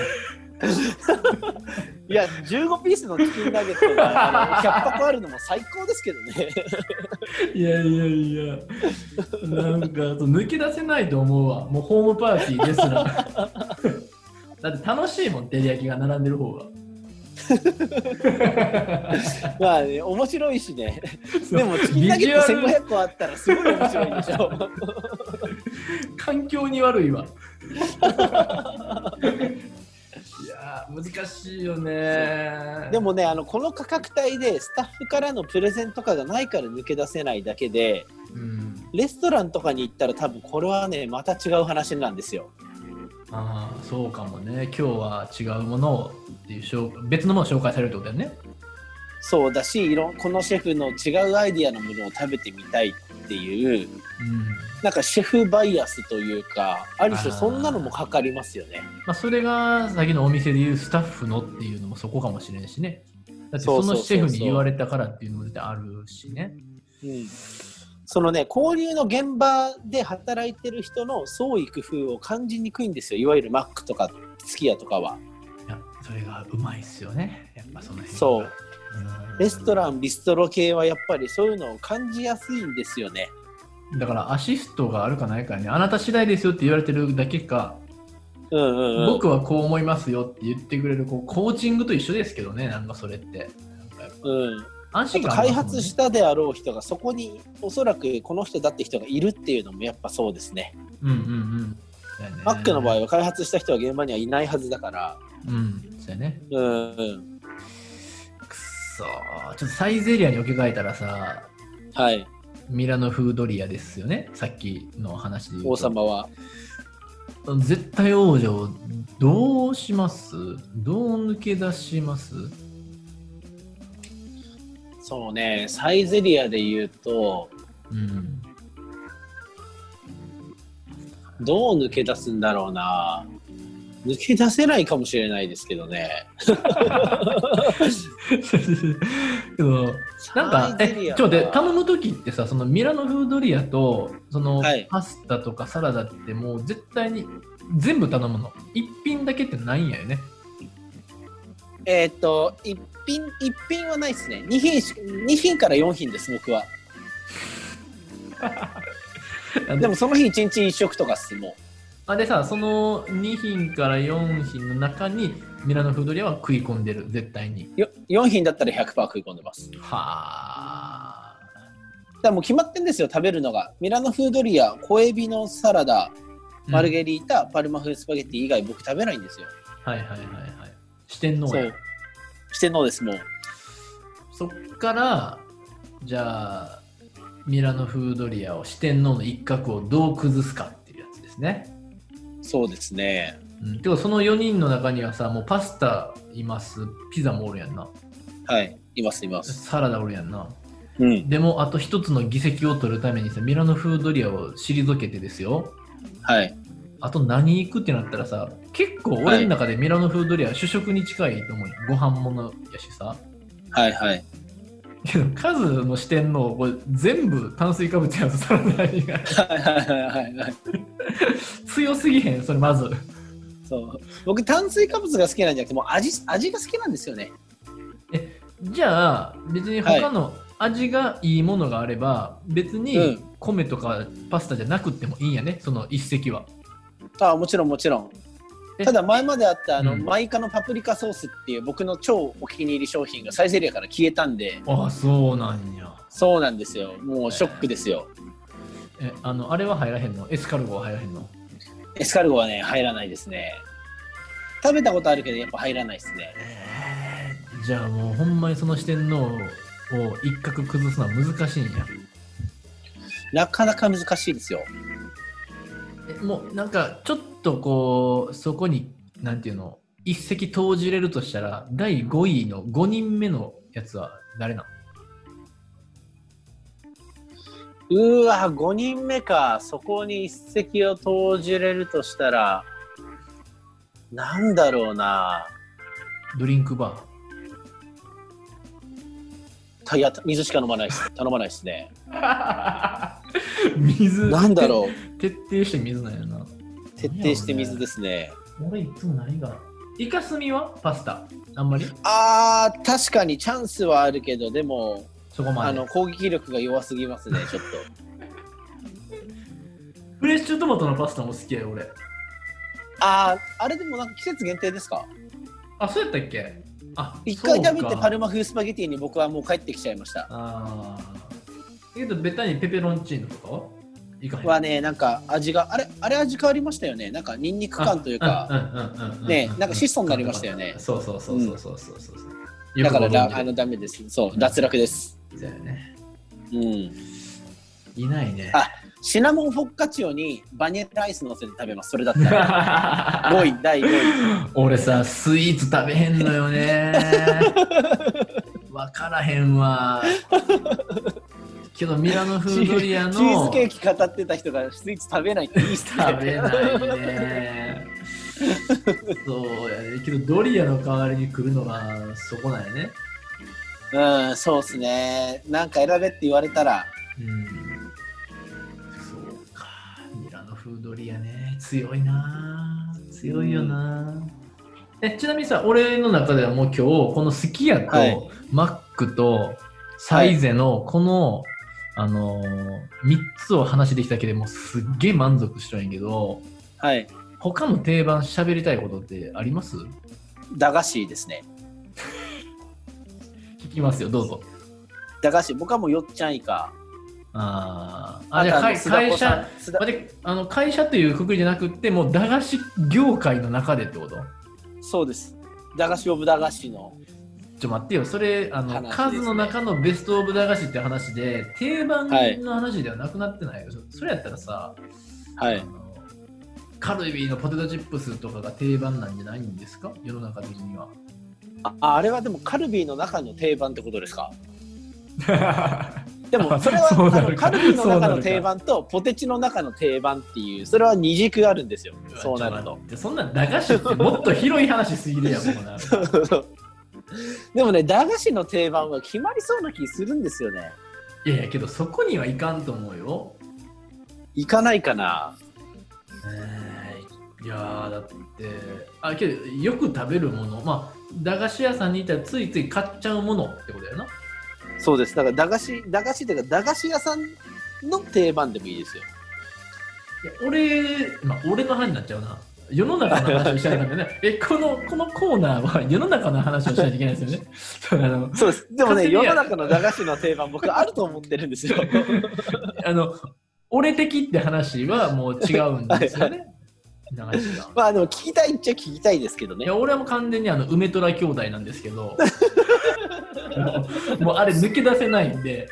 Speaker 3: いや15ピースのチキンナゲットがあの [laughs] 100箱あるのも最高ですけどね
Speaker 2: [laughs] いやいやいや、なんか抜け出せないと思うわ、もうホームパーティー [laughs] ですら。だって楽しいもん、照り焼きが並んでる方が。
Speaker 3: まあね面白いしねでもチキンナゲット
Speaker 2: ビジュアル
Speaker 3: 1500個あったらすごい面白い
Speaker 2: [laughs]
Speaker 3: でしょ
Speaker 2: 環境に悪 [laughs] いわ。いやー難しいよね。
Speaker 3: でもねあのこの価格帯でスタッフからのプレゼントとかがないから抜け出せないだけで
Speaker 2: うん、
Speaker 3: レストランとかに行ったら多分これはねまた違う話なんですよ
Speaker 2: ああそうかもね今日は違うものをっていう紹別のものを紹介されるってことだよね
Speaker 3: そうだしいろんこのシェフの違うアイディアのものを食べてみたいっていう
Speaker 2: うん
Speaker 3: なんかシェフバイアスというかある種
Speaker 2: あー
Speaker 3: そんなのもかかりますよね
Speaker 2: まあ、それが先のお店でいうスタッフのっていうのもそこかもしれんしねだって
Speaker 3: そ
Speaker 2: そう
Speaker 3: そ
Speaker 2: の
Speaker 3: うそうそう
Speaker 2: シェフに言われたからっていうのも絶対あるしね
Speaker 3: うんそのね交流の現場で働いてる人の創意工夫を感じにくいんですよいわゆるマックとかすき家とかはい
Speaker 2: やそれがうまいっすよねやっぱその辺が
Speaker 3: そう
Speaker 2: うん
Speaker 3: レストランビストロ系はやっぱりそういうのを感じやすいんですよね
Speaker 2: だからアシストがあるかないかねあなた次第ですよって言われてるだけか、
Speaker 3: うんうんうん
Speaker 2: 僕はこう思いますよって言ってくれるこうコーチングと一緒ですけどねなんかそれってなんかやっぱ
Speaker 3: うん
Speaker 2: 安
Speaker 3: ちょっ
Speaker 2: 心
Speaker 3: と
Speaker 2: 感、
Speaker 3: 開発したたであろう人がそこにおそらくこの人だって人がいるっていうのもやっぱそうですね。
Speaker 2: うんうんうんそうやね
Speaker 3: Mac の場合は開発した人は現場にはいないはずだから。
Speaker 2: うんそうやね
Speaker 3: うんうん。
Speaker 2: くっそーちょっとサイゼリアに置き換えたらさ
Speaker 3: はい。
Speaker 2: ミラノフードリアですよねさっきの話で言うと
Speaker 3: 王様は。
Speaker 2: 絶対王女どうしますどう抜け出します
Speaker 3: そうね。サイゼリアで言うと、
Speaker 2: うん [laughs]
Speaker 3: どう抜け出すんだろうな。抜け出せないかもしれないですけどね。
Speaker 2: でもなんか
Speaker 3: サイゼリ
Speaker 2: え
Speaker 3: アは
Speaker 2: ちょっと待って頼む時ってさそのミラノフードリアとその
Speaker 3: はい
Speaker 2: パスタとかサラダってもう絶対に全部頼むの一品だけってないんやよね
Speaker 3: えーっと、一品、一品はないですね。二品し、二品から四品です、僕は。でもその日一日一食とかっす、もう。
Speaker 2: あでさその2品から4品の中にミラノフードリアは食い込んでる絶対に
Speaker 3: よ4品だったら100%食い込んでますだか
Speaker 2: はあ
Speaker 3: らもう決まってんですよ食べるのがミラノフードリア小エビのサラダマルゲリータ、パルマ風スパゲッティ以外僕食べないんですよ
Speaker 2: はいはいはいはい。四天王
Speaker 3: そ
Speaker 2: や
Speaker 3: うしてのですもう
Speaker 2: そっから、じゃあ、ミラノフードリアを四天王の一角をどう崩すかっていうやつですね。
Speaker 3: そうですね
Speaker 2: うん、てかその4人の中にはさ、もうパスタいます、ピザもおるやんな、
Speaker 3: はいいますいます
Speaker 2: サラダおるやんな。
Speaker 3: うん
Speaker 2: でも、あと一つの議席を取るためにさ、ミラノフードリアを退けてですよ。
Speaker 3: はい
Speaker 2: あと何行くってなったらさ、結構俺の中でミラノフードリアは主食に近いと思うよ。ご飯物やしさ。 [laughs]
Speaker 3: はいはい
Speaker 2: けど数の四天王これ全部炭水化物やんサラダ以外
Speaker 3: はいはいはいはい
Speaker 2: [laughs] 強すぎへんそれまず
Speaker 3: そう僕炭水化物が好きなんじゃなくてもう味味が好きなんですよね
Speaker 2: じゃあ別に他の味がいいものがあれば別
Speaker 3: う
Speaker 2: に
Speaker 3: ん
Speaker 2: 米とかパスタじゃなくってもいいんやねその一石は
Speaker 3: あもちろんもちろん
Speaker 2: え
Speaker 3: ただ前まであったあの、
Speaker 2: うん
Speaker 3: マイカのパプリカソースっていう僕の超お気に入り商品がサイゼリアから消えたんで
Speaker 2: ああそうなんや
Speaker 3: そうなんですよ。もうショックですよ。
Speaker 2: えあのあれは入らへんのエスカルゴは入らへんの
Speaker 3: エスカルゴはね、入らないですね。食べたことあるけど、やっぱ入らないですね。
Speaker 2: えーじゃあもうほんまにその四天王を一角崩すのは難しいんや
Speaker 3: なかなか難しいですよ。
Speaker 2: えもうなんかちょっとこうそこになんていうの一石投じれるとしたら第5位の5人目のやつは誰なの
Speaker 3: うーわ、5人目か。そこに一石を投じれるとしたら、なんだろうな。
Speaker 2: ドリンクバ
Speaker 3: たいや、水しか飲まないです。頼まないですね。
Speaker 2: ー [laughs] 水
Speaker 3: なんだろ [laughs] う。
Speaker 2: 徹底して水なんやな
Speaker 3: 徹底して水ですね。
Speaker 2: 俺いつも何がイカスミはパスタあんまり
Speaker 3: あー、確かにチャンスはあるけど、でも、
Speaker 2: そこま
Speaker 3: あ
Speaker 2: で
Speaker 3: の、攻撃力が弱すぎます [laughs] ね、ちょっと。
Speaker 2: フレッシュトマトのパスタも好きやよ俺
Speaker 3: あー、あれでもなんか季節限定ですか
Speaker 2: あそうやったっけあ
Speaker 3: 一回食べ
Speaker 2: そう
Speaker 3: て
Speaker 2: か
Speaker 3: パルマ風スパゲティに僕はもう帰ってきちゃいました。
Speaker 2: あーけどベタにペペロンチーノとかはいかへん
Speaker 3: はね、なんか味が、あれ、あれ味変わりましたよね。なんかニンニク感というか、
Speaker 2: か
Speaker 3: ねなんか質素になりましたよね
Speaker 2: そうそうそうそうそうそうそう。よく
Speaker 3: だ
Speaker 2: ご存
Speaker 3: から
Speaker 2: 知
Speaker 3: だ
Speaker 2: で
Speaker 3: あのダメです。そう、脱落です。
Speaker 2: そうやね
Speaker 3: うん。
Speaker 2: いないね。
Speaker 3: あシナモンフォッカチオにバニラアイス乗せて食べます。それだった [laughs] ら。5位、第5位。
Speaker 2: 俺さ、スイーツ食べへんのよね。わからへんわ。けどミラノフードリアの
Speaker 3: チーズケーキ語ってた人がスイーツ食べないっていい人だ
Speaker 2: 食べないね。そうやね。けどドリアの代わりに来るのがそこなんやね。
Speaker 3: うん、そうっすね。なんか選べって言われたら、
Speaker 2: うんそうか、ミラノフードリアね、強いなぁ、強いよなぁ、えちなみにさ、俺の中ではもう今日、このすき家と、
Speaker 3: はい
Speaker 2: マックとサイゼのこの、あの3つを話できただけでもうすっげえ満足しとんやけど、
Speaker 3: はい、
Speaker 2: 他の定番喋りたいことってあります
Speaker 3: 駄菓子ですね。
Speaker 2: 聞きますよ、どうぞ。
Speaker 3: 駄菓子僕はもうよっちゃん以下
Speaker 2: あーあ、
Speaker 3: あ
Speaker 2: じ
Speaker 3: と
Speaker 2: ゃあ
Speaker 3: あの
Speaker 2: 会
Speaker 3: 須田
Speaker 2: 会
Speaker 3: 子さ
Speaker 2: 社、
Speaker 3: ん須田
Speaker 2: 待ってあの会社というくくりじゃなくって、もう駄菓子業界の中でってこと
Speaker 3: そうです駄菓子オブ駄菓子の
Speaker 2: ちょ待ってよ、それあの、
Speaker 3: 話ですね
Speaker 2: 数の中のベストオブ駄菓子って話で、定番
Speaker 3: はい
Speaker 2: の話ではなくなってないよ。そそれやったらさ、
Speaker 3: は
Speaker 2: あ
Speaker 3: い
Speaker 2: のカルビーのポテトチップスとかが定番なんじゃないんですか世の中的には。
Speaker 3: ああれはでもカルビーの中の定番ってことで
Speaker 2: [laughs]
Speaker 3: すかでもそれは
Speaker 2: そうな
Speaker 3: あ
Speaker 2: るか
Speaker 3: のカルビーの
Speaker 2: そうな
Speaker 3: 中
Speaker 2: る
Speaker 3: の
Speaker 2: か
Speaker 3: 定番とポテチの中の定番っていうそれは二軸あるんですよそうなると。
Speaker 2: ちょそんな駄菓子ってもっと広い話すぎるやん、もう
Speaker 3: [laughs]
Speaker 2: な
Speaker 3: でもね駄菓子の定番は決まりそうな気するんですよね
Speaker 2: いやいや、けどそこにはいかんと思うよ。
Speaker 3: いかないかな
Speaker 2: いやーだってあけどよく食べるものまあ駄菓子屋さんにいたらついつい買っちゃうものってことやな
Speaker 3: そうですだから駄菓子駄菓子というか駄菓子屋さんの定番でもいいですよ
Speaker 2: いや俺、まあ、俺の話になっちゃうな。世の中の話をしたいからね。 [laughs] え、この、このコーナーは世の中の話をしないといけないですよね。そうあの、
Speaker 3: そうですでもね
Speaker 2: 勝手にや
Speaker 3: 世の中の駄菓子の定番僕あると思ってるんで
Speaker 2: [laughs]
Speaker 3: すよ
Speaker 2: あの、俺的って話はもう違うんですよね。流しが。
Speaker 3: まあでも聞きたいっちゃ聞きたいですけど
Speaker 2: い
Speaker 3: ね
Speaker 2: や、俺はもう完全にあの、梅虎兄弟なんですけど、 [laughs] もうもうあれ抜け出せないんで、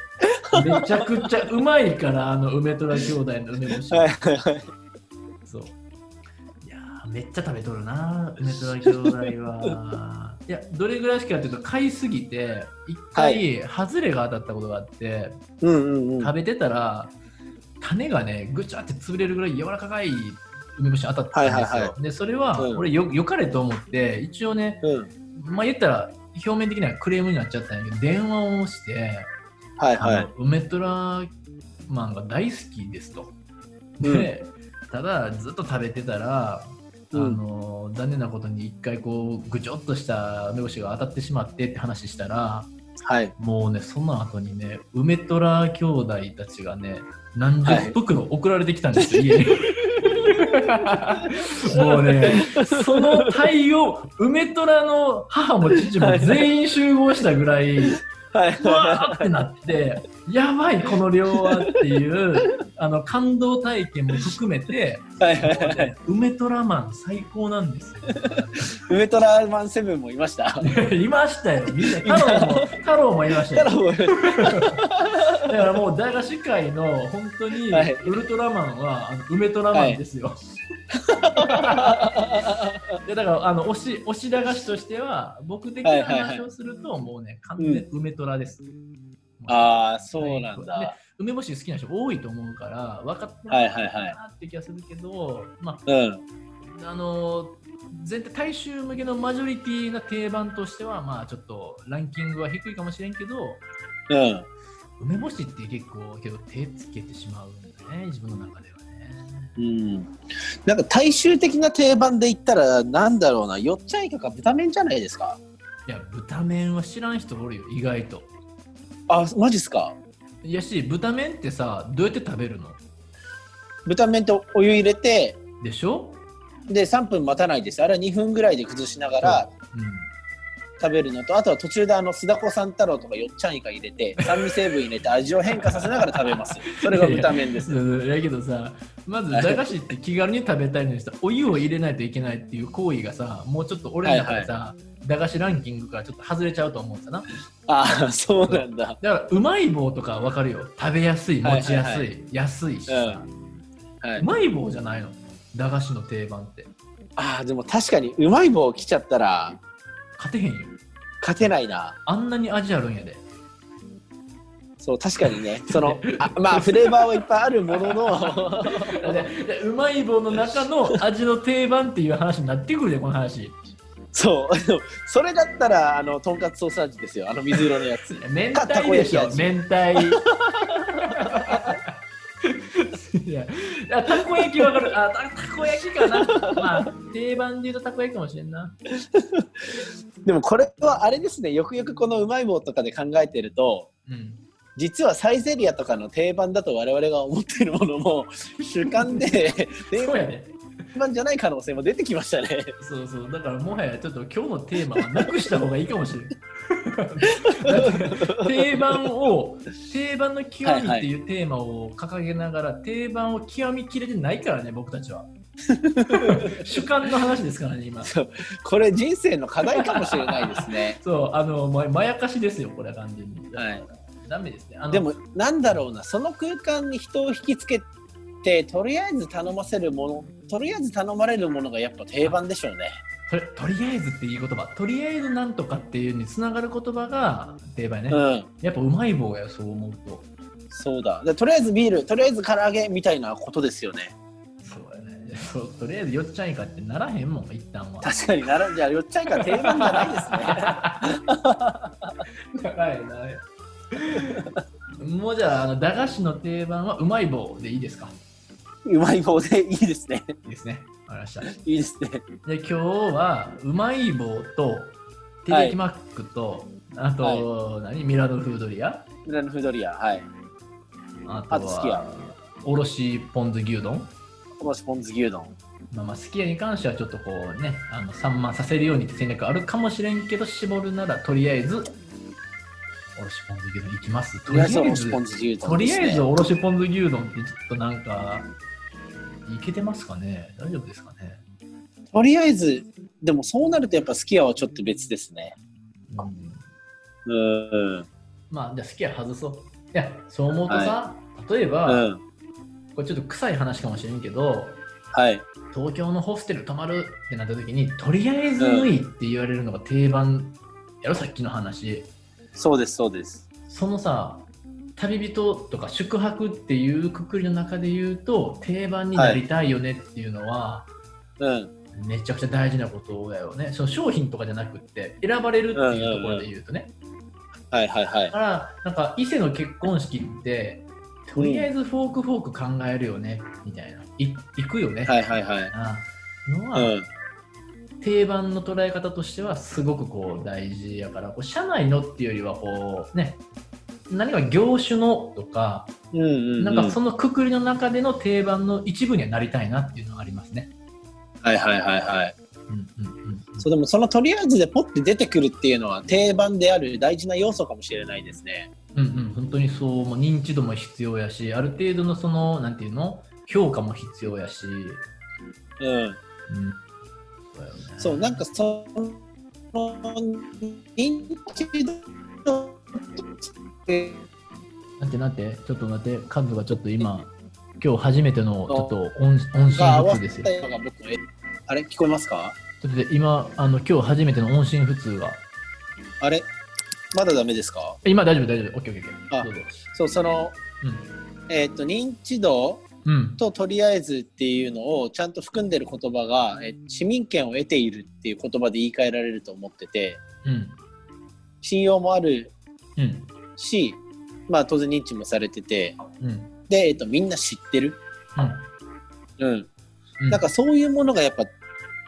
Speaker 2: めちゃくちゃうまいから、あの、梅虎兄弟の梅干し。
Speaker 3: はいはいはい
Speaker 2: そう。いやーめっちゃ食べとるな、梅沢兄弟は。いや、どれぐらいしかっていうと、買いすぎて、一回、ハズレが当たったことがあって、
Speaker 3: うんうんうん
Speaker 2: 食べてたら、種がね、ぐちゃって潰れるぐらい柔らかい梅干し当たったんですよ。
Speaker 3: はいはいは
Speaker 2: で、それは、
Speaker 3: うん
Speaker 2: 俺よ、よかれと思って、一応ね、
Speaker 3: うん
Speaker 2: まあ言ったら、表面的にはクレームになっちゃったんやけど、電話をして、
Speaker 3: はい
Speaker 2: あの
Speaker 3: はい
Speaker 2: 梅虎マンが大好きですと。で、ただずっと食べてたら、
Speaker 3: うん
Speaker 2: あの残念なことに一回こうぐちょっとした梅干しが当たってしまってって話したら
Speaker 3: はい
Speaker 2: もうねその後にね梅虎兄弟たちがね何十袋送られてきたんですよ、家に。 [laughs] もうねその対応梅虎の母も父も全員集合したぐらい。
Speaker 3: [laughs] はいう
Speaker 2: わーってなって、やばい、この量はっていう、あの感動体験も含めて、
Speaker 3: はい
Speaker 2: も
Speaker 3: はいう
Speaker 2: ね梅トラマン最高なんですよ。
Speaker 3: ウエトラマンセブンもいました
Speaker 2: [laughs] いましたよ、みんな。太郎も、太郎もいました
Speaker 3: だ
Speaker 2: よ
Speaker 3: か。らもう
Speaker 2: だからもう、大菓子界の本当に
Speaker 3: はい
Speaker 2: ウルトラマンは、あの梅トラマン
Speaker 3: [laughs]
Speaker 2: ですよ。でだからあの推し推し駄菓子としては僕的な話をすると、もうね完全に梅トラです、
Speaker 3: ああそうなんだ、
Speaker 2: ね梅干し好きな人多いと思うから分かって
Speaker 3: はい
Speaker 2: るか
Speaker 3: はいはい
Speaker 2: なって気がするけど、ま
Speaker 3: うん
Speaker 2: ああのー全体大衆向けのマジョリティな定番としてはまあちょっとランキングは低いかもしれんけど
Speaker 3: うん
Speaker 2: 梅干しって結構けど手つけてしまうんだね自分の中ではね。
Speaker 3: うんなんか大衆的な定番で言ったらなんだろうなよっちゃんいかか豚麺じゃないですか
Speaker 2: いや豚麺は知らん人おるよ意外と。
Speaker 3: あマジっすか
Speaker 2: いやし豚麺ってさどうやって食べるの
Speaker 3: 豚麺とお湯入れて
Speaker 2: でしょ、
Speaker 3: で3分待たないですあれは2分ぐらいで崩しながら
Speaker 2: う
Speaker 3: 食べるのとあとは途中であの須田子さん太郎とかよっちゃんいか入れて酸味成分入れて味を変化させながら食べますそれが豚麺です
Speaker 2: ん、いやけどさまず駄菓子って気軽に食べたいのにさお湯を入れないといけないっていう行為がさもうちょっと俺の中でさ、駄菓子ランキングからちょっと外れちゃうと思うんだな
Speaker 3: ああそうなんだ
Speaker 2: だからうまい棒とかわかるよ食べやすい持ちやすい、
Speaker 3: はいはい
Speaker 2: 安いしさ、
Speaker 3: は
Speaker 2: う
Speaker 3: い
Speaker 2: まい棒じゃないの駄菓子の定番って
Speaker 3: ああでも確かにうまい棒来ちゃったら
Speaker 2: 勝てへんよ
Speaker 3: 勝てないな
Speaker 2: あんなに味あるんやで
Speaker 3: そう確かにねそのあまあフレーバーはいっぱいあるものの
Speaker 2: ででうまい棒の中の味の定番っていう話になってくるでこの話
Speaker 3: そうでもそれだったらあのとんかつソース味ですよあの水色のやつ
Speaker 2: 明太でしょ明太いやいやたこ焼きわかるあたたこ焼きかなまあ定番で言うとたこ焼きかもしれんな
Speaker 3: でもこれはあれですねよくよくこのうまい棒とかで考えてると
Speaker 2: うん
Speaker 3: 実はサイゼリアとかの定番だと我々が思ってるものも主観 [laughs] で定
Speaker 2: そうやね
Speaker 3: 番じゃない可能性も出てきましたね [laughs]
Speaker 2: そうそうだからもはやちょっと今日のテーマはなくした方がいいかもしれん定番を定番の極み
Speaker 3: は
Speaker 2: っ
Speaker 3: い
Speaker 2: て
Speaker 3: は
Speaker 2: いうテーマを掲げながら、定番を極みきれてないからね僕たちは [laughs] 主観の話ですからね今
Speaker 3: これ人生の課題かもしれないですね
Speaker 2: そうあのままやかしですよこれは完全に、
Speaker 3: はい
Speaker 2: ダメですねあの
Speaker 3: でもなんだろうなその空間に人を引きつけてとりあえず頼ませるものとりあえず頼まれるものがやっぱ定番でしょうね
Speaker 2: ととりあえずっていう言葉とりあえずなんとかっていうにつながる言葉が定番ね、
Speaker 3: うん
Speaker 2: やっぱうまい棒やよそう思うと
Speaker 3: そうだでとりあえずビールとりあえず唐揚げみたいなことですよね
Speaker 2: そうやね [laughs] そうとりあえずよっちゃんいかってならへんもん一旦は
Speaker 3: 確かにならじゃあよっちゃんが定番じゃないですね
Speaker 2: [laughs] はいはい。もうじゃああの駄菓子の定番はうまい棒でいいですか
Speaker 3: うまい棒でいいですね
Speaker 2: いいですね。わかりました。
Speaker 3: いいですね
Speaker 2: で今日はうまい棒とテレキマックと、あと、何ミラドフードリア
Speaker 3: ミラノフードリアはい
Speaker 2: あと
Speaker 3: あとすき家
Speaker 2: はおろしポン酢牛丼
Speaker 3: もしポン酢牛丼
Speaker 2: まあまあすき家に関してはちょっとこうねあの散漫させるようにって戦略あるかもしれんけど絞るならとりあえずおろしポン酢牛丼いきますと
Speaker 3: と
Speaker 2: り
Speaker 3: り
Speaker 2: あ
Speaker 3: あ
Speaker 2: え
Speaker 3: え
Speaker 2: ず
Speaker 3: ずもしポン酢牛
Speaker 2: と
Speaker 3: 丼で
Speaker 2: り
Speaker 3: す
Speaker 2: あえず
Speaker 3: ね
Speaker 2: おろしポン酢牛丼ってちょっとなんかいけてますかね大丈夫ですかね、
Speaker 3: とりあえずでもそうなるとやっぱすき家はちょっと別ですね
Speaker 2: うん、
Speaker 3: うん
Speaker 2: まあじゃあ好きは外そういやそう思うとさ、例え
Speaker 3: う
Speaker 2: ば、
Speaker 3: ん
Speaker 2: これちょっと臭い話かもしれんけど
Speaker 3: はい
Speaker 2: 東京のホステル泊まるってなった時にとりあえず脱いって言われるのが定番やろさっきの話
Speaker 3: そうですそうです
Speaker 2: そのさ旅人とか宿泊っていうくくりの中で言うと定番になりたいよねっていうのは、
Speaker 3: うん
Speaker 2: めちゃくちゃ大事なことだよね。その商品とかじゃなくって、選ばれるっていうところで言うとね。
Speaker 3: はいはいはい
Speaker 2: だから、なんか、伊勢の結婚式って、とりあえずフォークフォーク考えるよね、みたいな。い行くよね、
Speaker 3: はいはいはい
Speaker 2: なのは、
Speaker 3: うん
Speaker 2: 定番の捉え方としては、すごくこう、大事やから、こう社内のっていうよりは、こう、ね、何か業種のとか、
Speaker 3: うんうんうん
Speaker 2: なんかそのくくりの中での定番の一部にはなりたいなっていうのはありますね。
Speaker 3: はいはいはいはい
Speaker 2: うんうんうんうん。
Speaker 3: そうでもそのとりあえずでポッて出てくるっていうのは定番である大事な要素かもしれないですね。
Speaker 2: うんうん、本当にそう、もう認知度も必要やし、ある程度のその、なんていうの、評価も必要やし、う
Speaker 3: うん、
Speaker 2: ん、そうだよね
Speaker 3: そうなんかその認知度って
Speaker 2: なんてなんて、ちょっと待って、カズがちょっと今、今日初めてのちょっと音音
Speaker 3: が
Speaker 2: 信
Speaker 3: 合
Speaker 2: 不
Speaker 3: わ
Speaker 2: 通で
Speaker 3: せ
Speaker 2: すよ
Speaker 3: た。ような僕の絵あれ聞こえますか
Speaker 2: ちょっとで今、あの今日初めての音信不通が。
Speaker 3: あれまだダメですか
Speaker 2: 今大丈夫、大丈夫、オッケーオッケーオッ
Speaker 3: あ
Speaker 2: ケー。どうぞ。
Speaker 3: そうその、えーっと認知度
Speaker 2: うん。うん。
Speaker 3: ととりあえずっていうのをちゃんと含んでる言葉が、え市民権を得ているっていう言葉で言い換えられると思ってて
Speaker 2: うん。
Speaker 3: 信用もある
Speaker 2: うん。
Speaker 3: し、まあ、当然認知もされてて
Speaker 2: うん。
Speaker 3: で、えっと、みんな知ってる、うん、
Speaker 2: うん。
Speaker 3: なんかそういうものがやっぱ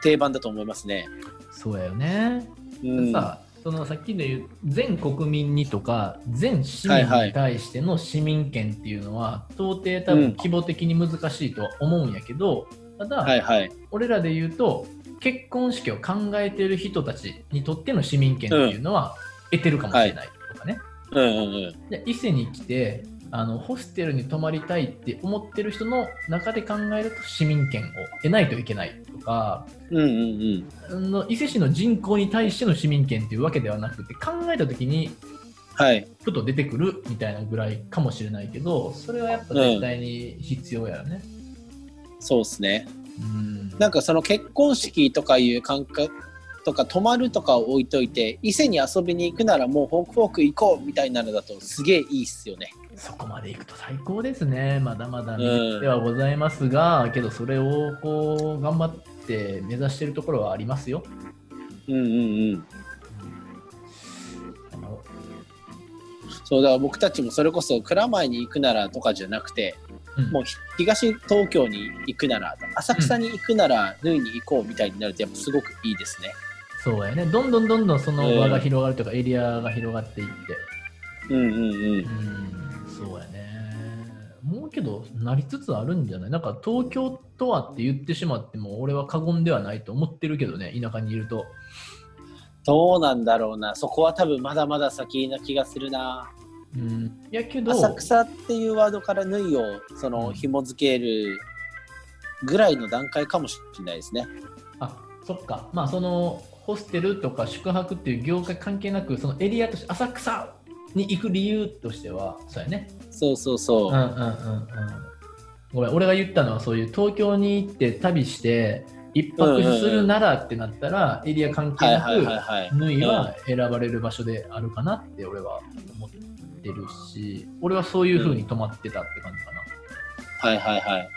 Speaker 3: 定番だと思いますね。
Speaker 2: そうやよね。
Speaker 3: うん、は
Speaker 2: さそのさっきの言う全国民にとか全市民に対しての市民権っていうのは到底多
Speaker 3: う
Speaker 2: 分
Speaker 3: ん
Speaker 2: 規模的に難しいとは思うんやけど、ただ、
Speaker 3: いはい、
Speaker 2: 俺らで言うと結婚式を考えてる人たちにとっての市民権っていうのは得てるかもしれないとかね、
Speaker 3: うんうん
Speaker 2: で伊勢に来てあのホステルに泊まりたいって思ってる人の中で考えると市民権を得ないといけないとか
Speaker 3: うんうんうんうん
Speaker 2: の伊勢市の人口に対しての市民権っていうわけではなくて考えた時に
Speaker 3: はい
Speaker 2: ふと出てくるみたいなぐらいかもしれないけどそれはやっぱ絶対に必要やよね。
Speaker 3: そうですね
Speaker 2: うん
Speaker 3: なんかその結婚式とかいう感覚とか泊まるとかを置いといて伊勢に遊びに行くならもうフォークフォーク行こうみたいなのだとすげえいいっすよね。
Speaker 2: そこまで行くと最高ですねまだまだではございますが、けどそれをこう頑張って目指してるところはありますよ。
Speaker 3: うんうんうん、
Speaker 2: 頑張ろ
Speaker 3: そうだから僕たちもそれこそ蔵前に行くならとかじゃなくて
Speaker 2: ううん
Speaker 3: もう東東京に行くなら浅草に行くなら縫いに行こうみたいになるとやっぱすごくいいですね。
Speaker 2: そうやねどんどんどんどんその輪が広がるというかエリアが広がっていって。
Speaker 3: うんうんうん。
Speaker 2: うんそうやね。もうけど、なりつつあるんじゃないなんか、東京とはって言ってしまっても、俺は過言ではないと思ってるけどね、田舎にいると。
Speaker 3: どうなんだろうなそこは多分まだまだ先な気がするな
Speaker 2: うん、いやけど、
Speaker 3: 浅草っていうワードから縫いをその紐付けるぐらいの段階かもしれないですね
Speaker 2: あそっか、まあそのホステルとか宿泊っていう業界関係なく、そのエリアとして浅草に行く理由としては、そうやね。
Speaker 3: そうそう
Speaker 2: う
Speaker 3: そ
Speaker 2: んうんうんうん。ごめん、俺が言ったのはそういう東京に行って旅して、一泊するならってなったら、エリア関
Speaker 3: う、は
Speaker 2: 係
Speaker 3: いはいはい
Speaker 2: な
Speaker 3: はい
Speaker 2: く、縫いは選ばれる場所であるかなって俺は思ってるし、俺はそういう風に泊まってたって感じかな。
Speaker 3: はいはいはい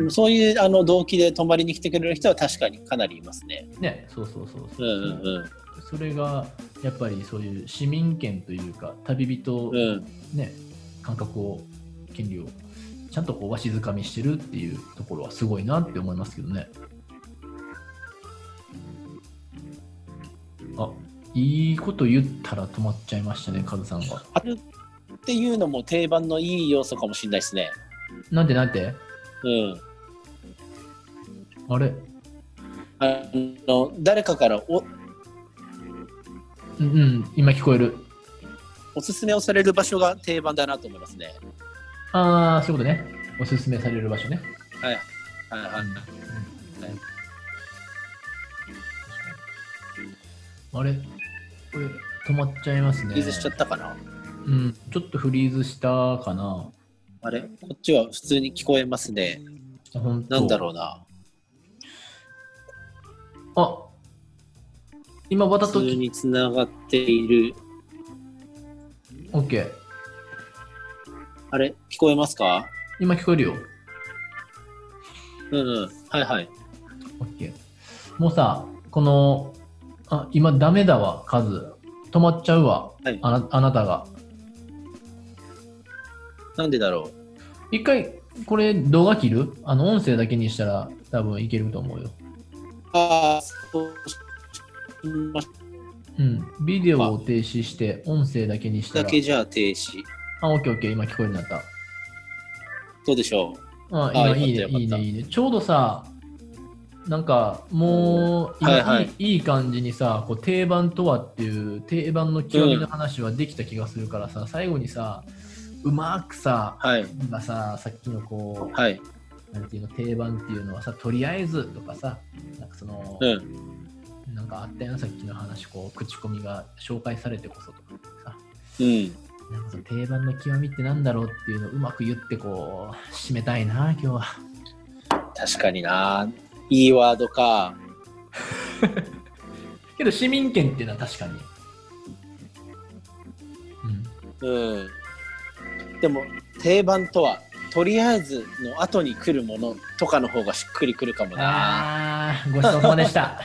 Speaker 2: うん
Speaker 3: そういうあの動機で泊まりに来てくれる人は確かにかなりいますね
Speaker 2: ね、そうそうそう
Speaker 3: う
Speaker 2: そ
Speaker 3: ん
Speaker 2: う。
Speaker 3: うん
Speaker 2: それがやっぱりそういう市民権というか旅人
Speaker 3: うんうん
Speaker 2: ね、感覚を権利をちゃんとこうわしづかみしてるっていうところはすごいなって思いますけどねあいいこと言ったら止まっちゃいましたねカズさんが
Speaker 3: あるっていうのも定番のいい要素かもしれないですね
Speaker 2: なんてなんて
Speaker 3: うん
Speaker 2: あれ
Speaker 3: あの誰かからお
Speaker 2: うんうん今聞こえる
Speaker 3: おすすめをされる場所が定番だなと思いますね。
Speaker 2: ああそういうことねおすすめされる場所ね
Speaker 3: はい。はいは
Speaker 2: うん
Speaker 3: いはい
Speaker 2: あれこれ止まっちゃいますね
Speaker 3: リーズしちゃったかな。
Speaker 2: うん、ちょっとフリーズしたかな
Speaker 3: あれこっちは普通に聞こえますね。
Speaker 2: 本当
Speaker 3: なんだろうな。
Speaker 2: あ今渡っと
Speaker 3: 普通
Speaker 2: き
Speaker 3: につながっている。
Speaker 2: OK
Speaker 3: あれ聞こえますか
Speaker 2: 今聞こえるよ
Speaker 3: うんうん。はいはい。
Speaker 2: OK もうさこのあ今ダメだわカズ止まっちゃうわ、
Speaker 3: はい
Speaker 2: あなあなたが
Speaker 3: なんでだろう
Speaker 2: 一回これ動画切るあの音声だけにしたら多分いけると思うよ
Speaker 3: ああ、そうしまし
Speaker 2: うんビデオを停止して音声だけにした
Speaker 3: ただ
Speaker 2: ら
Speaker 3: けじゃあ停止。
Speaker 2: あ OKOK 今聞こえるようになった
Speaker 3: どうでしょ
Speaker 2: あ
Speaker 3: あ
Speaker 2: 今いいね
Speaker 3: よかった
Speaker 2: いいね
Speaker 3: よかった
Speaker 2: いいねちょうどさなんかもう今、
Speaker 3: はいはい
Speaker 2: いい、いい感じにさこう定番とはっていう定番の極みの話はできた気がするからさ、最後にさうまくさ
Speaker 3: うはい。
Speaker 2: がささっきのこ
Speaker 3: はい。
Speaker 2: うなんていうの定番っていうのはさとりあえずとかさなんかその、
Speaker 3: うん。
Speaker 2: なんかあったよなさっきの話こう口コミが紹介されてこそとかさ
Speaker 3: うん。
Speaker 2: なんかその定番の極みってなんだろうっていうのをうまく言ってこう締めたいな今日は。
Speaker 3: 確かにな。いいワードか。
Speaker 2: けど市民権っていうのは確かに。
Speaker 3: うん。でも定番とはとりあえずの後に来るものとかの方がしっくりくるかも
Speaker 2: うん、あ
Speaker 3: な。
Speaker 2: あ、ごちそうさまで
Speaker 3: [laughs]
Speaker 2: した。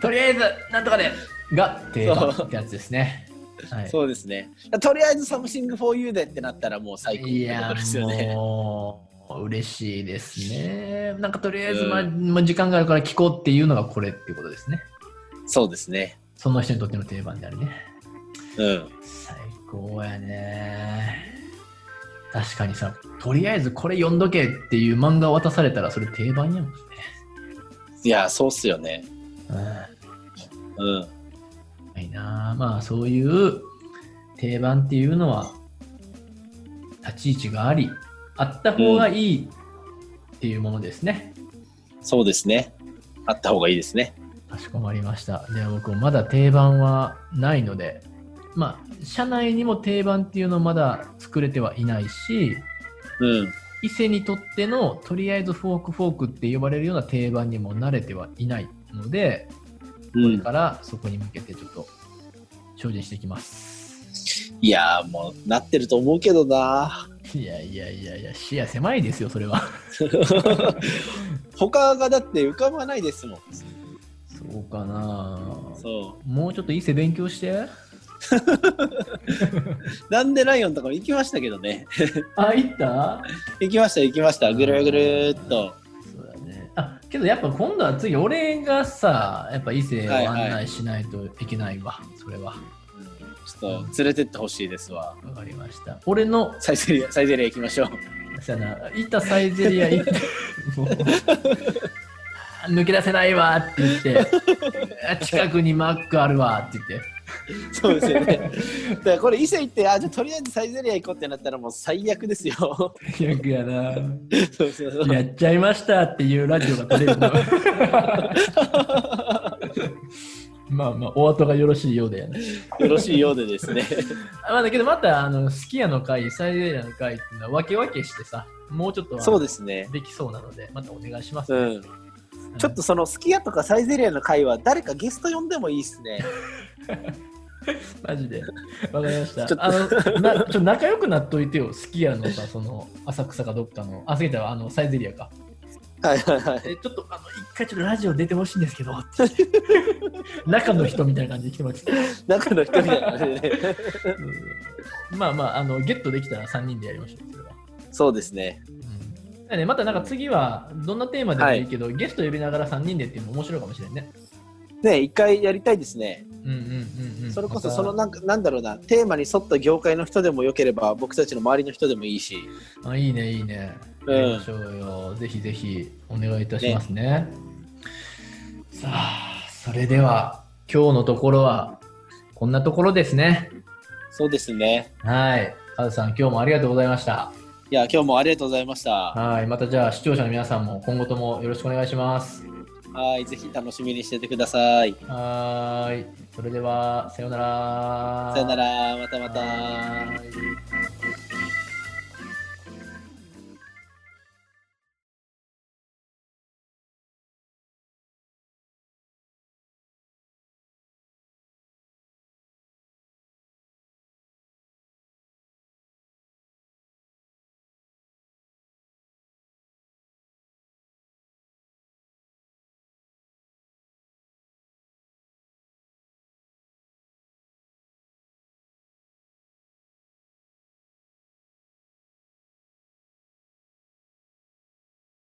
Speaker 2: とりあえず、なんとかで、が定番ってやつですね。はい、
Speaker 3: そうですね。とりあえずサムシング 4U でってなったらもう最高
Speaker 2: い
Speaker 3: ってこ
Speaker 2: や
Speaker 3: とですよ
Speaker 2: ー、
Speaker 3: ね。
Speaker 2: もう嬉しいですね。なんかとりあえず、まあ、まあ時間があるから聞こうっていうのがこれっていうことですね。
Speaker 3: そうですね。
Speaker 2: その人にとっての定番であるね。
Speaker 3: うん。
Speaker 2: 最高やね確かにさとりあえずこれ読んどけっていう漫画渡されたらそれ定番やもんね、
Speaker 3: いやーそうっすよね。
Speaker 2: うん、
Speaker 3: うん。
Speaker 2: ないなまあそういう定番っていうのは立ち位置がありあった方がいいっていうものですね、
Speaker 3: そうですね。あった方がいいですね。
Speaker 2: かしこまりましたでは僕もまだ定番はないのでまあ社内にも定番っていうのまだ作れてはいないし
Speaker 3: うん。
Speaker 2: 伊勢にとってのとりあえずフォークフォークって呼ばれるような定番にも慣れてはいないので
Speaker 3: うん。
Speaker 2: からそこに向けてちょっと精進していきます
Speaker 3: いやーもうなってると思うけどな。 [laughs]
Speaker 2: いやいやいやいや視野狭いですよそれは
Speaker 3: 他がだって浮かばないですもん。
Speaker 2: そうかな
Speaker 3: そ
Speaker 2: もうちょっと伊勢勉強して
Speaker 3: う。なんでライオンとかも行きましたけどね。
Speaker 2: あ行った
Speaker 3: 行きました行きました。ぐるぐるーっと。
Speaker 2: そうだねあけどやっぱ今度は次俺がさやっぱ伊勢を
Speaker 3: はい
Speaker 2: 案
Speaker 3: はい
Speaker 2: 内しないといけないわ、それは
Speaker 3: ちょっと連れてってほしいですわ。
Speaker 2: わかりました俺の
Speaker 3: サイゼリア、サイゼリア行きましょう。 [laughs]
Speaker 2: そやな、行ったサイゼリア [laughs] [laughs] 行って、もう、あー抜け出せないわって言って、あ近くにマックあるわって言って。
Speaker 3: そうですよ [laughs] ね。だからこれ伊勢行って、あ、じゃあとりあえずサイゼリア行こうってなったらもう最悪 [laughs] ですよ。
Speaker 2: 最悪やな。
Speaker 3: そうそうそう
Speaker 2: やっちゃいましたっていうラジオが取れ [laughs] るの。まあまあ、お後がよろしいようだよね。
Speaker 3: よろしいようでです [laughs] ね。
Speaker 2: まあ、だけどまた、あの、スキヤの会、サイゼリアの会っていうのは、分け分けしてさ、もうちょっとあの
Speaker 3: そうですね。
Speaker 2: できそうなので、またお願いします、
Speaker 3: う
Speaker 2: ね
Speaker 3: ん。ちょっとそのすき家とかサイゼリアの会は誰かゲスト呼んでもいいですね。
Speaker 2: うんマジで。わかりました。
Speaker 3: ちょっと
Speaker 2: あのなちょっと仲良くなっといてよ、スキヤのさ、その、浅草かどっかの、あ、すぎたわ、あの、サイゼリアか。
Speaker 3: はいはいはい。
Speaker 2: えちょっと、あの、一回ちょっとラジオ出てほしいん [laughs] ですけど、って中の人みたいな感じで来てもらって。
Speaker 3: 中の人みたいな感じでね。
Speaker 2: うんまあまああのゲットできたら3人でやりましょうそれは、
Speaker 3: そうですね。
Speaker 2: だからね、またなんか次はどんなテーマでもいいけど、ゲスト呼びながら3人でっていうのも面白いかもしれんね
Speaker 3: ね一回やりたいですね。
Speaker 2: うんうんうん、うん、
Speaker 3: それこそその
Speaker 2: ま
Speaker 3: なんかなんだろうなテーマに沿った業界の人でもよければ僕たちの周りの人でもいいし。
Speaker 2: たあいいねいいね
Speaker 3: うん
Speaker 2: やりましょうよ、ぜひぜひお願いいたしますねさあそれでは今日のところはこんなところですね
Speaker 3: そうですね。
Speaker 2: はいカズさん今日もありがとうございました
Speaker 3: いや今日もありがとうございました。
Speaker 2: はいまたじゃあ視聴者の皆さんも今後ともよろしくお願いします
Speaker 3: はいぜひ楽しみにしててください。
Speaker 2: はーい。それでは、さようなら。
Speaker 3: さよならまたまた。
Speaker 2: はーい